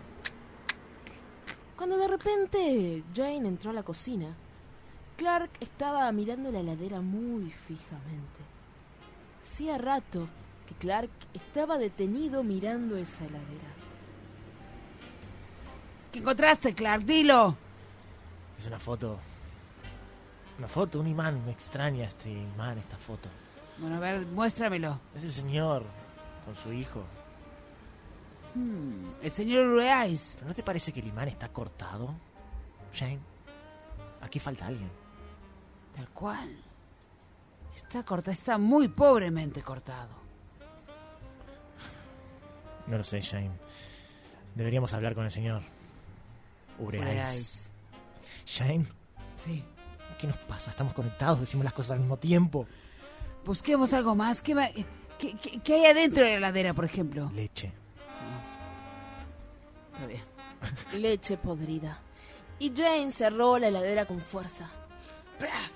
Cuando de repente Jane entró a la cocina, Clark estaba mirando la heladera muy fijamente. Hacía rato que Clark estaba detenido mirando esa heladera. ¿Qué encontraste, Clark? Dilo. Es una foto. Una foto, un imán. Me extraña este imán, esta foto. Bueno, a ver, muéstramelo. Es el señor con su hijo. El señor Ureáis. ¿Pero no te parece que el imán está cortado, Jane? Aquí falta alguien. Tal cual. Está corta, está muy pobremente cortado. No lo sé, Jane. Deberíamos hablar con el señor. Ureáis. Ureáis. Jane, Sí. ¿qué nos pasa? Estamos conectados, decimos las cosas al mismo tiempo. Busquemos algo más. ¿Qué, va- qué- qué- qué hay adentro de la heladera, por ejemplo? Leche. Está bien. leche podrida. Y Jane cerró la heladera con fuerza. ¡Plaf!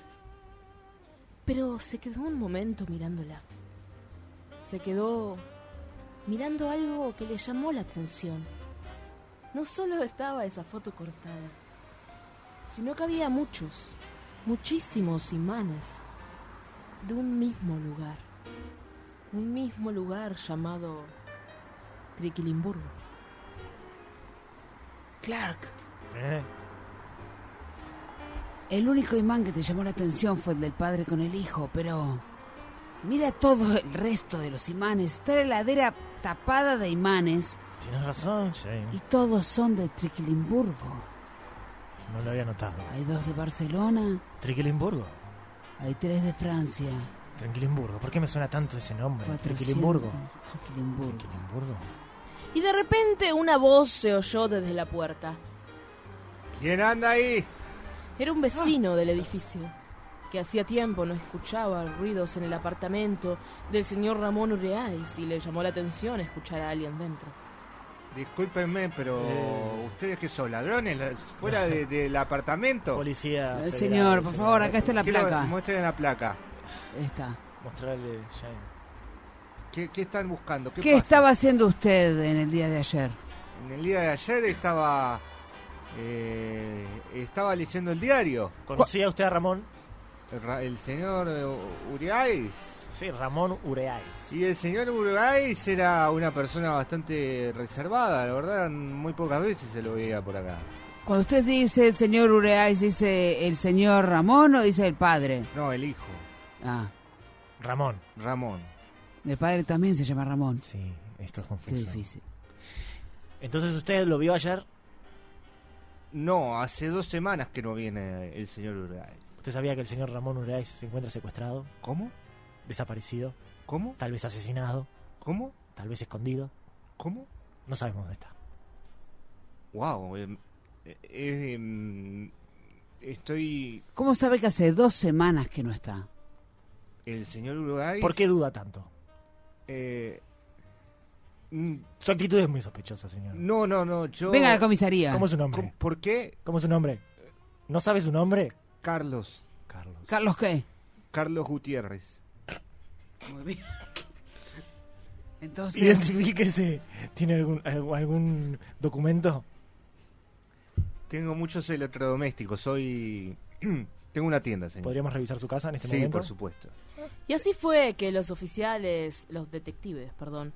Pero se quedó un momento mirándola. Se quedó mirando algo que le llamó la atención. No solo estaba esa foto cortada, sino que había muchos, muchísimos imanes de un mismo lugar. Un mismo lugar llamado Triquilimburgo. Clark, Eh, El único imán que te llamó la atención fue el del padre con el hijo, pero mira todo el resto de los imanes. Está la heladera tapada de imanes Tienes razón, James. y todos son de Triquilimburgo. No lo había notado. Hay dos de Barcelona, Triquilimburgo. hay tres de Francia. Tranquilimburgo. ¿Por qué me suena tanto ese nombre? 400. Triquilimburgo. Triquilimburgo. Triquilimburgo. Y de repente una voz se oyó desde la puerta. ¿Quién anda ahí? Era un vecino del edificio, que hacía tiempo no escuchaba ruidos en el apartamento del señor Ramón Ureáis y le llamó la atención escuchar a alguien dentro. Discúlpenme, pero ustedes que son ladrones, La- fuera de- del apartamento. Policía. Eh, federal, señor, por se favor, lo- acá está la Quiero- placa. Muestren la placa. Está. Mostrarle, James. ¿Qué, qué están buscando? ¿Qué, ¿Qué, pasa? estaba haciendo usted en el día de ayer? En el día de ayer estaba eh, estaba leyendo el diario. ¿Conocía usted a Ramón? El, ra- el señor eh, Uriáis. Sí, Ramón Ureáis. Y el señor Uriáis era una persona bastante reservada, la verdad, muy pocas veces se lo veía por acá. Cuando usted dice el señor Ureáis, dice el señor Ramón o dice el padre. No, el hijo, Ah, Ramón. Ramón. el padre también se llama Ramón. Sí, esto es Qué confuso. difícil. Entonces usted lo vio ayer. No, hace dos semanas que no viene el señor Uriáis. ¿Usted sabía que el señor Ramón Ureáis se encuentra secuestrado, ¿Cómo? desaparecido, ¿Cómo? tal vez asesinado, ¿Cómo? tal vez escondido? ¿Cómo? No sabemos dónde está. Wow, em, eh, eh, em, estoy ¿Cómo sabe que hace dos semanas que no está? el señor Uruguay. ¿Por qué duda tanto? Eh, mm, Su actitud es muy sospechosa, señor. no, no, no, yo. Venga a la comisaría. ¿Cómo es su nombre? ¿Cómo- ¿Por qué ¿Cómo es su nombre? ¿No sabe su nombre? Carlos? Carlos. Carlos, ¿qué? Carlos Gutiérrez. Muy bien. Entonces, Identifíquese. ¿Tiene algún, algún- algún documento? Tengo muchos electrodomésticos, soy. Tengo una tienda, señor. ¿Podríamos revisar su casa en este sí, momento? por supuesto. Y así fue que los oficiales, los detectives, perdón,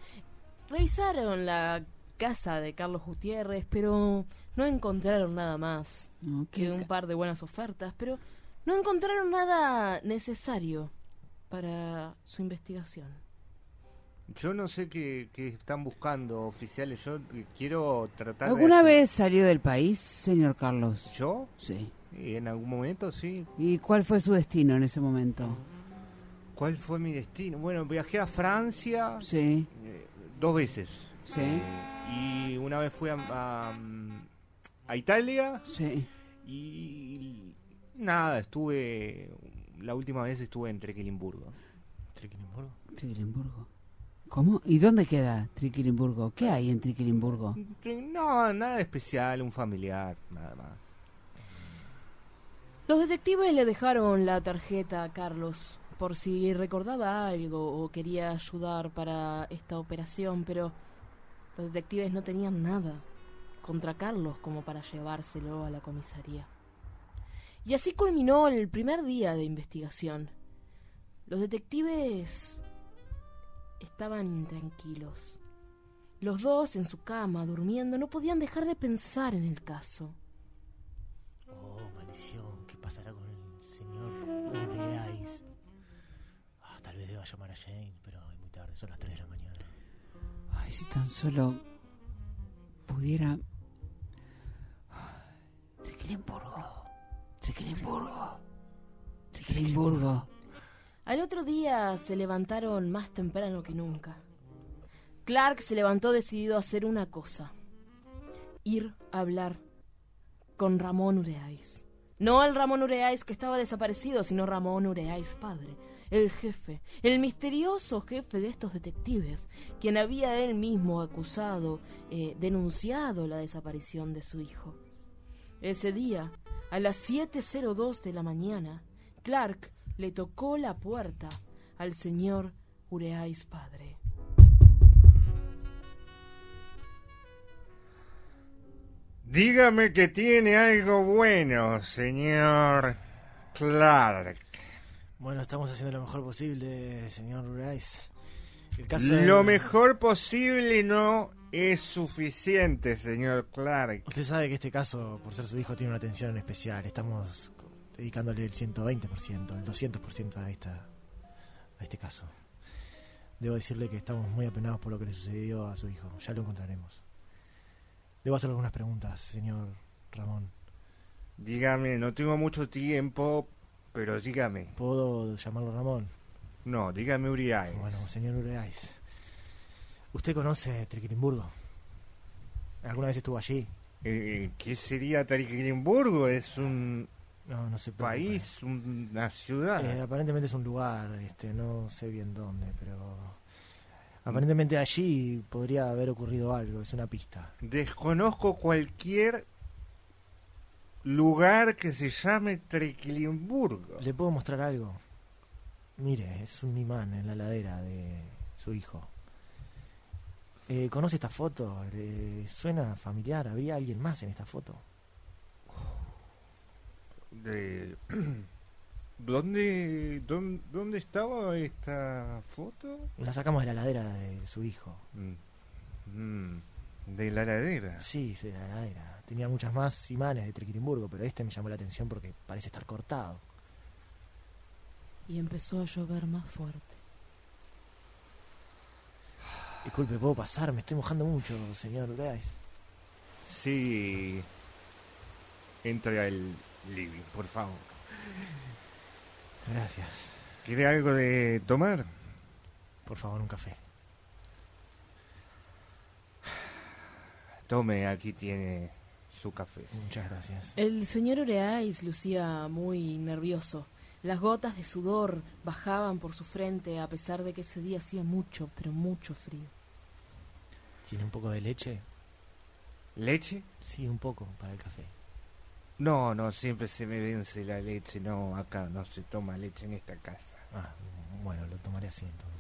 revisaron la casa de Carlos Gutiérrez, pero no encontraron nada más No, que qué un ca- par de buenas ofertas, pero no encontraron nada necesario para su investigación. Yo no sé qué, qué están buscando oficiales, yo quiero tratar de ¿alguna ayud- vez salió del país, señor Carlos? ¿Yo? Sí. Y en algún momento, sí. ¿Y cuál fue su destino en ese momento? ¿Cuál fue mi destino? Bueno, viajé a Francia Sí, eh, dos veces. sí, Y una vez fui a, a, a Italia sí. y nada, estuve, la última vez estuve en Requilimburgo. Triquilimburgo. Triquilimburgo. ¿Cómo? ¿Y dónde queda Triquilimburgo? ¿Qué hay en Triquilimburgo? No, nada especial, un familiar, nada más. Los detectives le dejaron la tarjeta a Carlos por si recordaba algo o quería ayudar para esta operación, pero los detectives no tenían nada contra Carlos como para llevárselo a la comisaría. Y así culminó el primer día de investigación. Los detectives estaban intranquilos. Los dos en su cama, durmiendo, no podían dejar de pensar en el caso. Oh, maldición, ¿qué pasará con el señor Ureáis? Ah, tal vez deba llamar a Jane, pero es muy tarde, son las 3 de la mañana. Ay, si tan solo pudiera... Triquilimburgo. Triquilimburgo. Triquilimburgo. Al otro día se levantaron más temprano que nunca. Clark se levantó decidido a hacer una cosa. Ir a hablar con Ramón Ureáis. No el Ramón Ureáis que estaba desaparecido, sino Ramón Ureáis padre, el jefe, el misterioso jefe de estos detectives, quien había él mismo acusado, eh, denunciado la desaparición de su hijo. Ese día, a las 7.02 de la mañana, Clark le tocó la puerta al señor Ureáis padre. Dígame que tiene algo bueno, señor Clark. Bueno, estamos haciendo lo mejor posible, señor Rice. El caso Lo del- mejor posible no es suficiente, señor Clark. Usted sabe que este caso, por ser su hijo, tiene una atención especial. Estamos co- dedicándole el 120%, el 200% a, esta, a este caso. Debo decirle que estamos muy apenados por lo que le sucedió a su hijo. Ya lo encontraremos. Debo hacer algunas preguntas, señor Ramón. Dígame, no tengo mucho tiempo, pero dígame. ¿Puedo llamarlo Ramón? No, dígame Uriay. Bueno, señor Ureáis. ¿Usted conoce Triquitimburgo? ¿Alguna vez estuvo allí? Eh, ¿Qué sería Tariquilimburgo? Es un No, no se preocupe. país, una Eh, ciudad. aparentemente es un lugar, este, no sé bien dónde, pero aparentemente allí podría haber ocurrido algo, es una pista. Desconozco cualquier lugar que se llame Tariquilimburgo. ¿Le puedo mostrar algo? Mire, es un imán en la ladera de su hijo. Eh, ¿Conoce esta foto? ¿Le suena familiar? ¿Habría alguien más en esta foto? De- ¿Dónde, dónde, dónde estaba esta foto? La sacamos de la ladera de su hijo. Mm. Mm. De la ladera. Sí, sí, de la ladera. Tenía muchas más imanes de Triquitimburgo, pero este me llamó la atención porque parece estar cortado. Y empezó a llover más fuerte. Disculpe, ¿puedo pasar? Me estoy mojando mucho, señor Grace. Sí. Entra al living, por favor. Gracias. ¿Quiere algo de tomar? Por favor, un café. Tome, aquí tiene su café. Muchas gracias. Eh. El señor Oreais lucía muy nervioso. Las gotas de sudor bajaban por su frente a pesar de que ese día hacía mucho, pero mucho frío. ¿Tiene un poco de leche? ¿Leche? Sí, un poco para el café. No, no, siempre se me vence la leche. No, acá no se toma leche en esta casa. Ah, bueno, lo tomaré así entonces.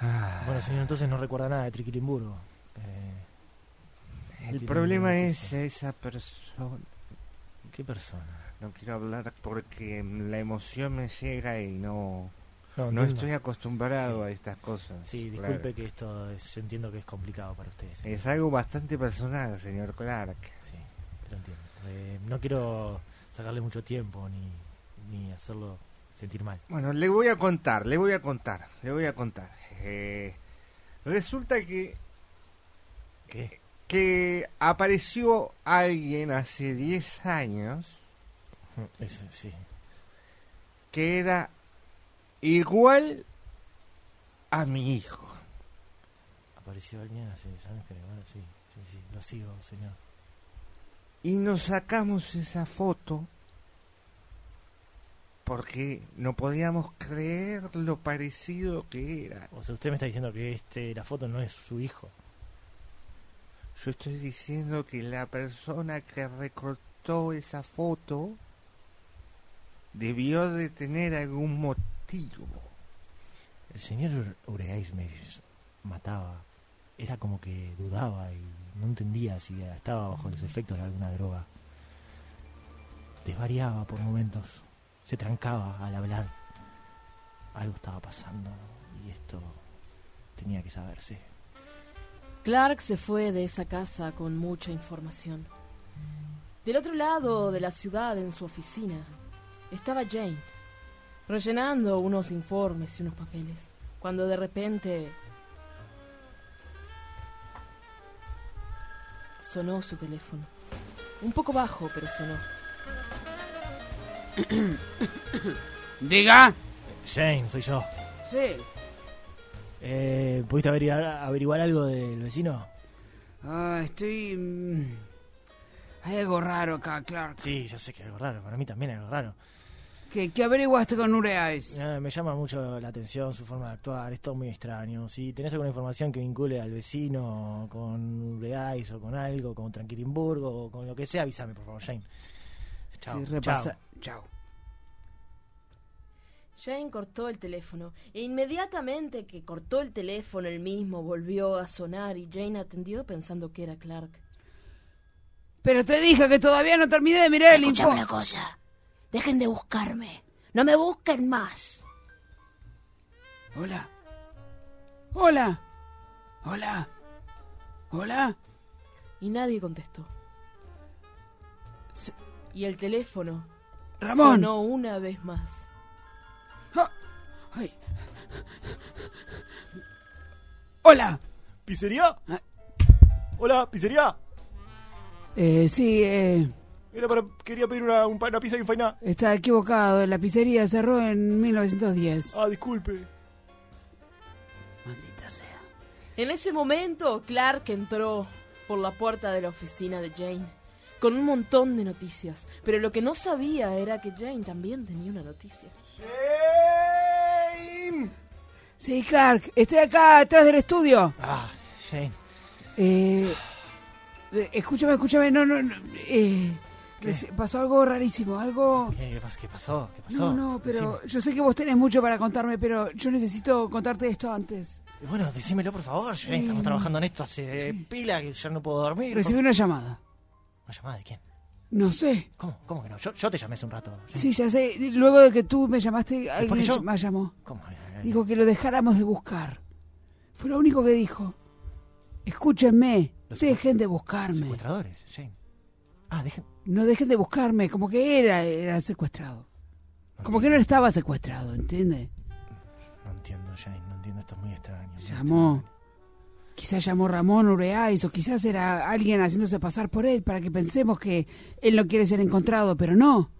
Ah, Ah. Bueno, señor, entonces no recuerda nada de Triquilimburgo. Eh, no El tiene problema ninguna es noticia. esa persona. ¿Qué persona? No quiero hablar porque la emoción me llega y no... No, No entiendo. estoy acostumbrado Sí. a estas cosas. Sí, claro. disculpe que esto es- yo entiendo que es complicado para ustedes. señor. Es algo bastante personal, señor Clark. Sí, lo entiendo. Eh, no quiero sacarle mucho tiempo ni, ni hacerlo sentir mal. Bueno, le voy a contar, le voy a contar, le voy a contar. Eh, resulta que, ¿Qué? que apareció alguien hace 10 años Es- sí. que era igual a mi hijo. Apareció alguien hace 10 años que bueno, sí, sí, sí, lo sigo, señor. Y nos sacamos esa foto porque no podíamos creer lo parecido que era. O sea, usted me está diciendo que este la foto no es su hijo. Yo estoy diciendo que la persona que recortó esa foto debió de tener algún motivo. El señor Ur- Ureáis me mataba. Era como que dudaba y no entendía si estaba bajo los efectos de alguna droga. Desvariaba por momentos. Se trancaba al hablar. Algo estaba pasando y esto tenía que saberse. Clark se fue de esa casa con mucha información. Del otro lado de la ciudad, en su oficina, estaba Jane, rellenando unos informes y unos papeles, cuando de repente sonó su teléfono. Un poco bajo, pero sonó. Diga. Jane, soy yo. Sí. Eh, ¿Pudiste averiguar, averiguar algo del vecino? Ah, estoy... mm, Hay algo raro acá, Clark. Sí, ya sé que es algo raro. Para mí también es algo raro. ¿Qué, qué averiguaste con Ureais? Nada, Ah, me llama mucho la atención su forma de actuar, es todo muy extraño. Si tenés alguna información que vincule al vecino con Ureais o con algo, con Tranquilimburgo o con lo que sea, avísame, por favor, Jane. Chao. Sí, repasa. Chao. Jane cortó el teléfono e inmediatamente que cortó el teléfono el mismo volvió a sonar y Jane atendió pensando que era Clark. Pero te dije que todavía no terminé de mirar el Escuchame informe. una cosa. Dejen de buscarme. No me busquen más. Hola. Hola. Hola. Hola. Y nadie contestó. Se- Y el teléfono Ramón. sonó una vez más. Ay. Hola. ¿Pizzería? Hola, ¿pizzería? Eh, sí, eh, Era para, quería pedir una, un pa- una pizza y un fainá. está equivocado. La pizzería cerró en 1910. Oh. Ah, disculpe. Maldita sea. En ese momento, Clark entró por la puerta de la oficina de Jane con un montón de noticias, pero lo que no sabía era que Jane también tenía una noticia. ¡Jane! Sí, Clark, estoy acá atrás del estudio. Ah, Jane. Eh, eh, escúchame, escúchame, no, no, no, eh, reci- pasó algo rarísimo, algo... ¿Qué, qué pas- qué pasó? ¿Qué pasó? No, no, pero Decime. yo sé que vos tenés mucho para contarme, pero yo necesito contarte esto antes. Bueno, decímelo por favor, Jane. Estamos trabajando en esto hace eh, pila que ya no puedo dormir. Eh, Recibí una llamada. por- ¿Una llamada de quién? No sé. ¿Cómo? ¿Cómo que no? Yo, yo te llamé hace un rato. Jane. Sí, ya sé. Luego de que tú me llamaste, alguien yo? me llamó. ¿Cómo? Eh, Dijo que lo dejáramos de buscar. Fue lo único que dijo. Escúchenme, Los dejen de Los buscarme. secuestradores, Jane. Ah, dejen. No dejen de buscarme, como que era, era secuestrado. Como que no estaba secuestrado, ¿entiendes? No entiendo, Jane. No entiendo. Esto es muy extraño. muy Llamó. extraño. Quizás llamó Ramón Ureáis o quizás era alguien haciéndose pasar por él para que pensemos que él no quiere ser encontrado, pero no.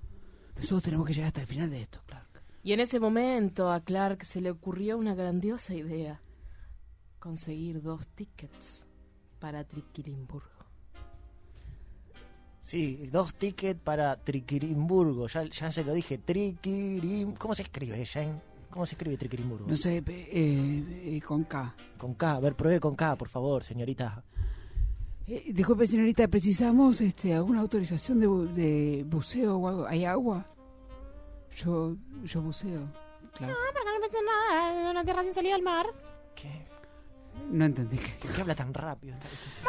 Nosotros tenemos que llegar hasta el final de esto, Clark. Y en ese momento a Clark se le ocurrió una grandiosa idea, conseguir dos tickets para Triquilimburgo. Sí, dos tickets para Triquirimburgo. Ya, ya se lo dije. Triquirim. ¿Cómo se escribe, Jane? ¿Cómo se escribe Triquirimburgo? No sé, pe- eh, eh, con K. Con K. A ver, pruebe con K, por favor, señorita. Eh, disculpe, señorita, ¿precisamos este, alguna autorización de, bu- de buceo o algo? ¿Hay agua? Yo, yo buceo, Clark. En una tierra sin salida al mar. ¿Qué? No entendí. qué- ¿Por qué habla tan rápido? Esta- esta-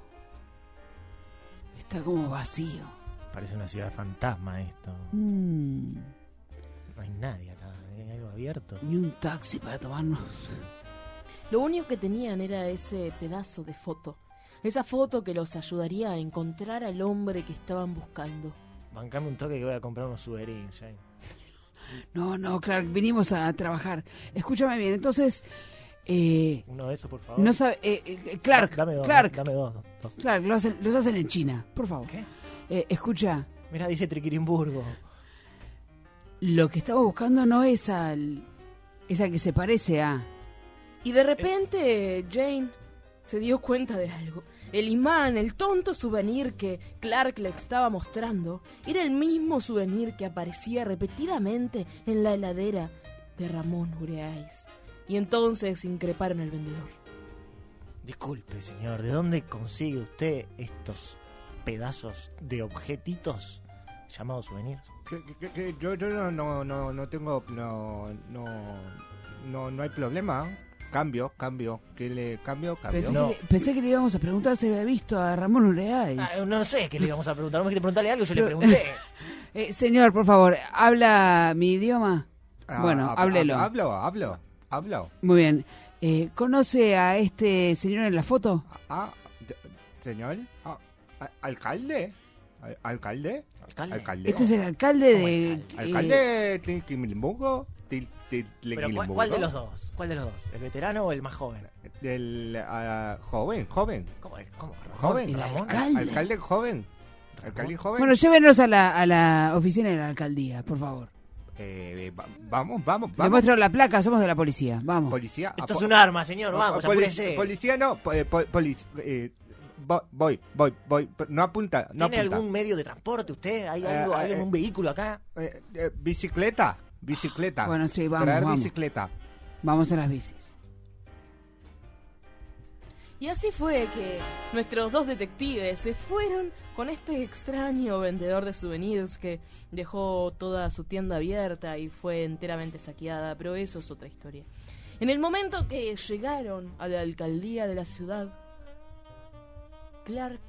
Está como vacío. Parece una ciudad fantasma esto. Mm, No hay nadie acá. ¿eh? Hay algo abierto. ni un taxi para tomarnos. Lo único que tenían era ese pedazo de foto. Esa foto que los ayudaría a encontrar al hombre que estaban buscando. Bancame un toque que voy a comprar unos souvenirs, Jane. No, no, Clark, vinimos a trabajar. Escúchame bien, entonces. Eh, Uno de esos, por favor. no sabe. eh, eh, Clark, Dame dos. Clark, Dame dos. dos, dos. Clark, lo hacen- los hacen en China, por favor. ¿Qué? Eh, escucha, Mira, dice Triquirimburgo. lo que estaba buscando no es al. Es al que se parece a. Y de repente Jane se dio cuenta de algo. El imán, el tonto souvenir que Clark le estaba mostrando, era el mismo souvenir que aparecía repetidamente en la heladera de Ramón Ureáis. Y entonces increparon al vendedor. Disculpe, señor. ¿De dónde consigue usted estos pedazos de objetitos llamados souvenirs? Que- que- que- que yo yo no, no, no, no tengo. No, no, no, no hay problema. Cambio, cambio. ¿Qué le cambio? Cambio. Pensé, No. que, le- pensé que le íbamos a preguntar si había visto a Ramón Ureáis. Ah, no sé qué le íbamos a preguntar. Vos me que preguntarle algo, yo le pregunté. Eh, señor, por favor, ¿habla mi idioma? Ah, bueno, hab- háblelo. hab- Hablo, hablo, hablo. Muy bien. Eh, ¿Conoce a este señor en la foto? Ah, de- señor. ah, a- ¿Alcalde? Al- ¿Alcalde? Alcalde. ¿Alcalde? Este es el alcalde ¿Cómo de... alcalde? eh, ¿Alcalde de Tliquilimburgo? Til- til- Pero, ¿cuál, Tliquilimburgo. cuál de los dos? ¿Cuál de los dos? ¿El veterano o el más joven? Del, ah, joven, joven. ¿Cómo es? ¿Cómo? ¿Ramón? Joven. El Ramón. alcalde. Alcalde joven. Alcalde joven. Bueno, llévenos a la, a la oficina de la alcaldía, por favor. Eh, va- vamos, vamos, Le vamos. muestro la placa, somos de la policía. Vamos. Policía. Esto apo- es un arma, señor. apo- Vamos, polic- apúrese. Policía no. po- eh, po- polic- eh, vo- voy, voy, voy. p- No apunta, no ¿Tiene apunta. algún medio de transporte usted? ¿Hay Eh, algo, eh, algo en eh. un vehículo acá? Eh, eh, bicicleta. Bicicleta. Bueno, sí, vamos, Traer vamos. bicicleta. Vamos a las bicis. Y así fue que nuestros dos detectives se fueron con este extraño vendedor de souvenirs que dejó toda su tienda abierta y fue enteramente saqueada, pero eso es otra historia. En el momento que llegaron a la alcaldía de la ciudad, Clark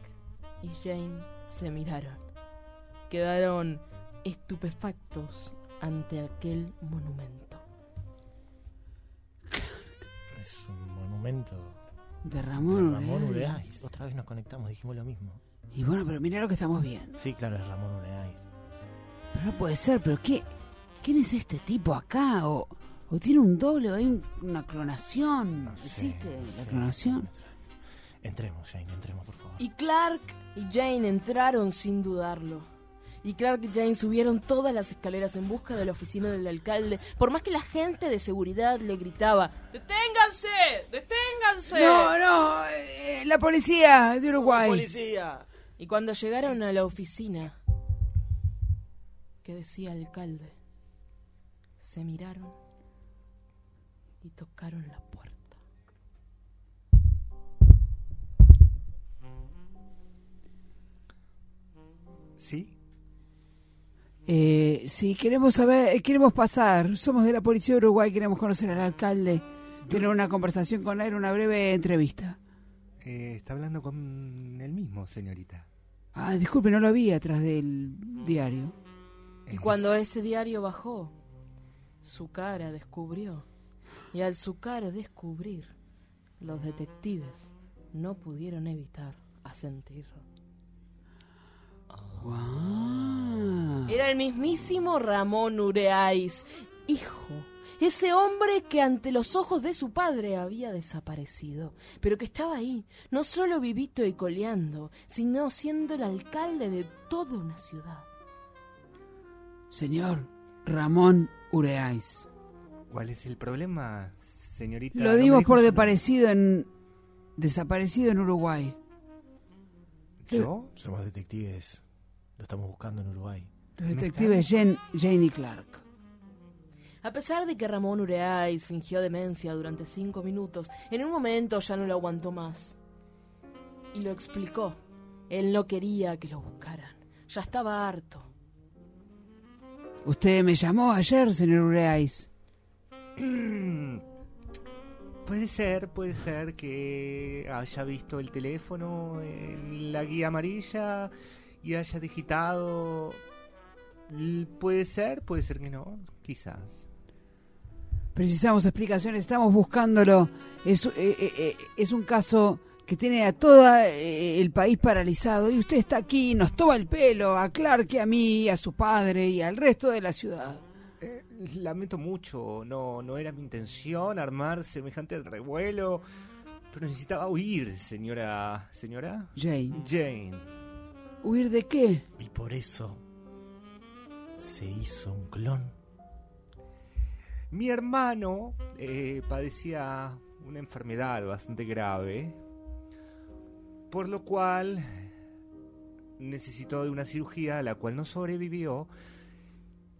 y Jane se miraron. Quedaron estupefactos ante aquel monumento. Es un monumento. De de Ramón, Ramón Ureáez. Ureáz. Otra vez nos conectamos, dijimos lo mismo. Y bueno, pero mira lo que estamos viendo. Sí, claro, es Ramón Ureáez. Pero no puede ser, pero ¿qué? ¿Quién es este tipo acá? ¿O, o tiene un doble? ¿O hay un- una clonación? No sé, ¿Existe no la sé. clonación? Entremos, Jane, entremos, por favor. Y Clark y Jane entraron sin dudarlo. Y Clark y Jane subieron todas las escaleras en busca de la oficina del alcalde, por más que la gente de seguridad le gritaba, ¡Deténganse! ¡Deténganse! no, eh, la policía de Uruguay. ¡Policía! Y cuando llegaron a la oficina que decía alcalde, se miraron y tocaron la puerta. ¿Sí? Eh, sí, queremos saber, eh, queremos pasar. Somos de la policía de Uruguay, queremos conocer al alcalde. Tener una conversación con él, una breve entrevista. Eh, está hablando con el mismo, señorita. Ah, disculpe, no lo vi atrás del diario. Y Es- cuando ese diario bajó, su cara descubrió. Y al su cara descubrir, los detectives no pudieron evitar asentirlo. Era el mismísimo Ramón Ureáis, hijo. Ese hombre que ante los ojos de su padre había desaparecido, pero que estaba ahí, no solo vivito y coleando, sino siendo el alcalde de toda una ciudad. Señor Ramón Ureáis. ¿Cuál es el problema, señorita? No Lo me dimos dijo por su- desaparecido en desaparecido en Uruguay. ¿Yo? Somos detectives. Lo estamos buscando en Uruguay. Los detectives Jane, Jane y Clark. A pesar de que Ramón Ureáis fingió demencia durante cinco minutos, en un momento ya no lo aguantó más. Y lo explicó. Él no quería que lo buscaran. Ya estaba harto. Usted me llamó ayer, señor Ureáis. Puede ser, puede ser que haya visto el teléfono en la guía amarilla y haya digitado. L- Puede ser, puede ser que no, quizás. Precisamos explicaciones, estamos buscándolo. Es, eh, eh, eh, es un caso que tiene a todo el país paralizado y usted está aquí, nos toma el pelo a Clark y a mí, a su padre y al resto de la ciudad. Eh, lamento mucho, no, no era mi intención armar semejante revuelo, pero necesitaba huir, señora. ¿Señora? Jane, Jane. ¿huir de qué? Y por eso se hizo un clon. Mi hermano eh, padecía una enfermedad bastante grave, por lo cual necesitó de una cirugía a la cual no sobrevivió.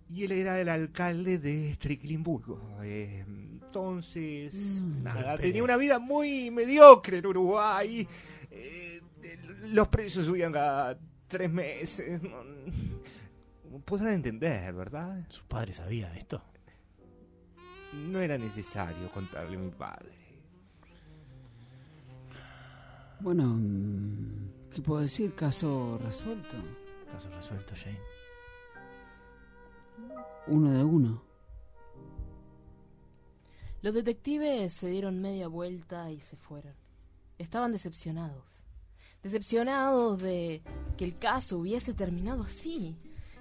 Y él era el alcalde de Stricklimburgo. Eh, entonces, nada, golpe. tenía una vida muy mediocre en Uruguay. Eh, los precios subían cada tres meses. Podrán entender, ¿verdad? ¿Su padre sabía de esto? No era necesario contarle a mi padre. Bueno, mm, ¿qué puedo decir? Caso resuelto. Caso resuelto, Jane. Uno de uno. Los detectives se dieron media vuelta y se fueron. Estaban decepcionados. Decepcionados de que el caso hubiese terminado así.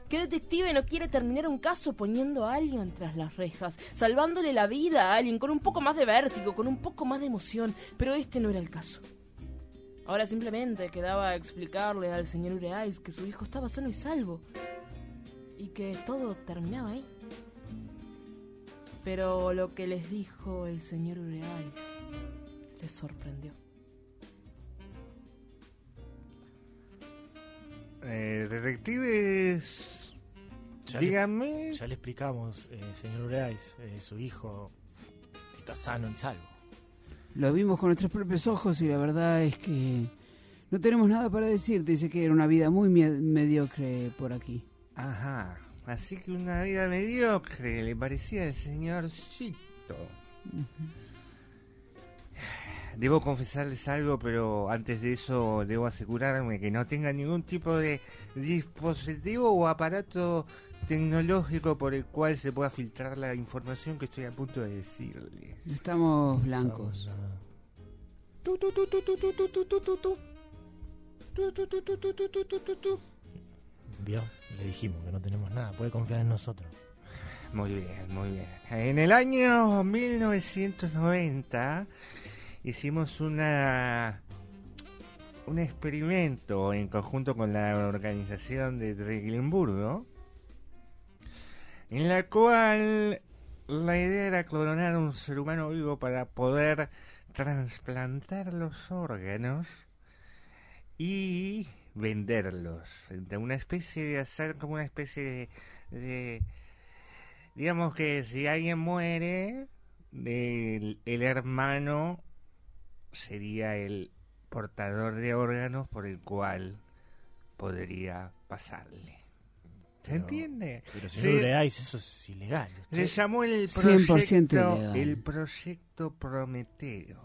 ¿Qué detective no quiere terminar un caso poniendo a alguien tras las rejas, salvándole la vida a alguien con un poco más de vértigo, con un poco más de emoción? Pero este no era el caso. Ahora simplemente quedaba explicarle al señor Ureáis que su hijo estaba sano y salvo y que todo terminaba ahí. Pero lo que les dijo el señor Ureáis les sorprendió. Eh, detectives Ya le- Dígame. ya le explicamos, eh, señor Ureais, eh, su hijo está sano y salvo. Lo vimos con nuestros propios ojos y la verdad es que no tenemos nada para decir. Dice que era una vida muy mie- mediocre por aquí. Ajá. Así que una vida mediocre le parecía al señorcito. Debo confesarles algo, pero antes de eso debo asegurarme que no tenga ningún tipo de dispositivo o aparato tecnológico por el cual se pueda filtrar la información que estoy a punto de decirles. Estamos blancos. Tu, tu, tu, tu, tu, tu, tu, tu, tu, tu, tu. Tu, tu, tu, tu, tu, tu, tu, tu, tu, tu. ¿Vio? Le dijimos que no tenemos nada, puede confiar en nosotros. Muy bien, muy bien. En el año 1990 hicimos una un experimento en conjunto con la organización de Triglimburgo en la cual la idea era clonar un ser humano vivo para poder trasplantar los órganos y venderlos de una especie de hacer como una especie de- de digamos que si alguien muere, el, el hermano sería el portador de órganos por el cual podría pasarle. ¿Se Pero- entiende? Pero Sí. señor Ureais, eso es ilegal. Usted- Le llamó el 100% proyecto, ilegal. el proyecto Prometeo.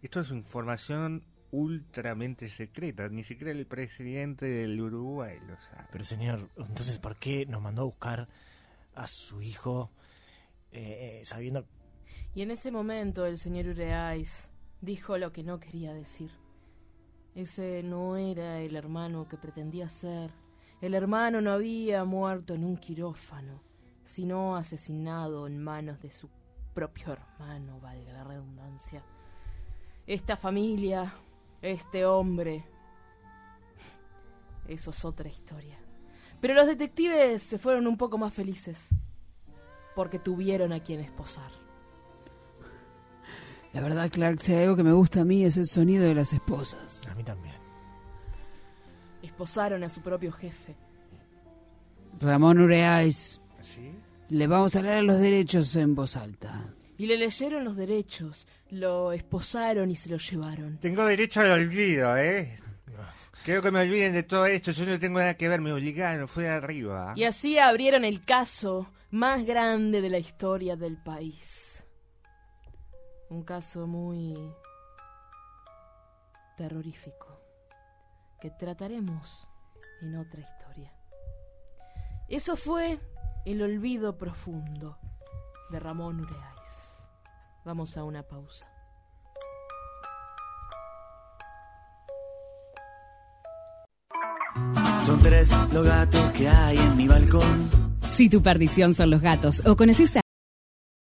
Esto es información ultramente secreta, ni siquiera el presidente del Uruguay lo sabe. Pero señor, entonces ¿por qué nos mandó a buscar a su hijo eh, eh, sabiendo Y en ese momento el señor Ureáis dijo lo que no quería decir. Ese no era el hermano que pretendía ser. El hermano no había muerto en un quirófano, sino asesinado en manos de su propio hermano, valga la redundancia. Esta familia, este hombre... Eso es otra historia. Pero los detectives se fueron un poco más felices, porque tuvieron a quien esposar. La verdad, Clark, si hay algo que me gusta a mí es el sonido de las esposas. a mí también? esposaron a su propio jefe. Ramón Ureáis, ¿Sí? le vamos a leer los derechos en voz alta. Y le leyeron los derechos, lo esposaron y se lo llevaron. Tengo derecho al olvido, ¿eh? Creo que me olviden de todo esto, yo no tengo nada que ver, me obligaron, fue de arriba. Y así abrieron el caso más grande de la historia del país. Un caso muy terrorífico que trataremos en otra historia. Eso fue El olvido profundo de Ramón Ureáis. Vamos a una pausa. Son tres los gatos que hay en mi balcón. Si tu perdición son los gatos o conoces a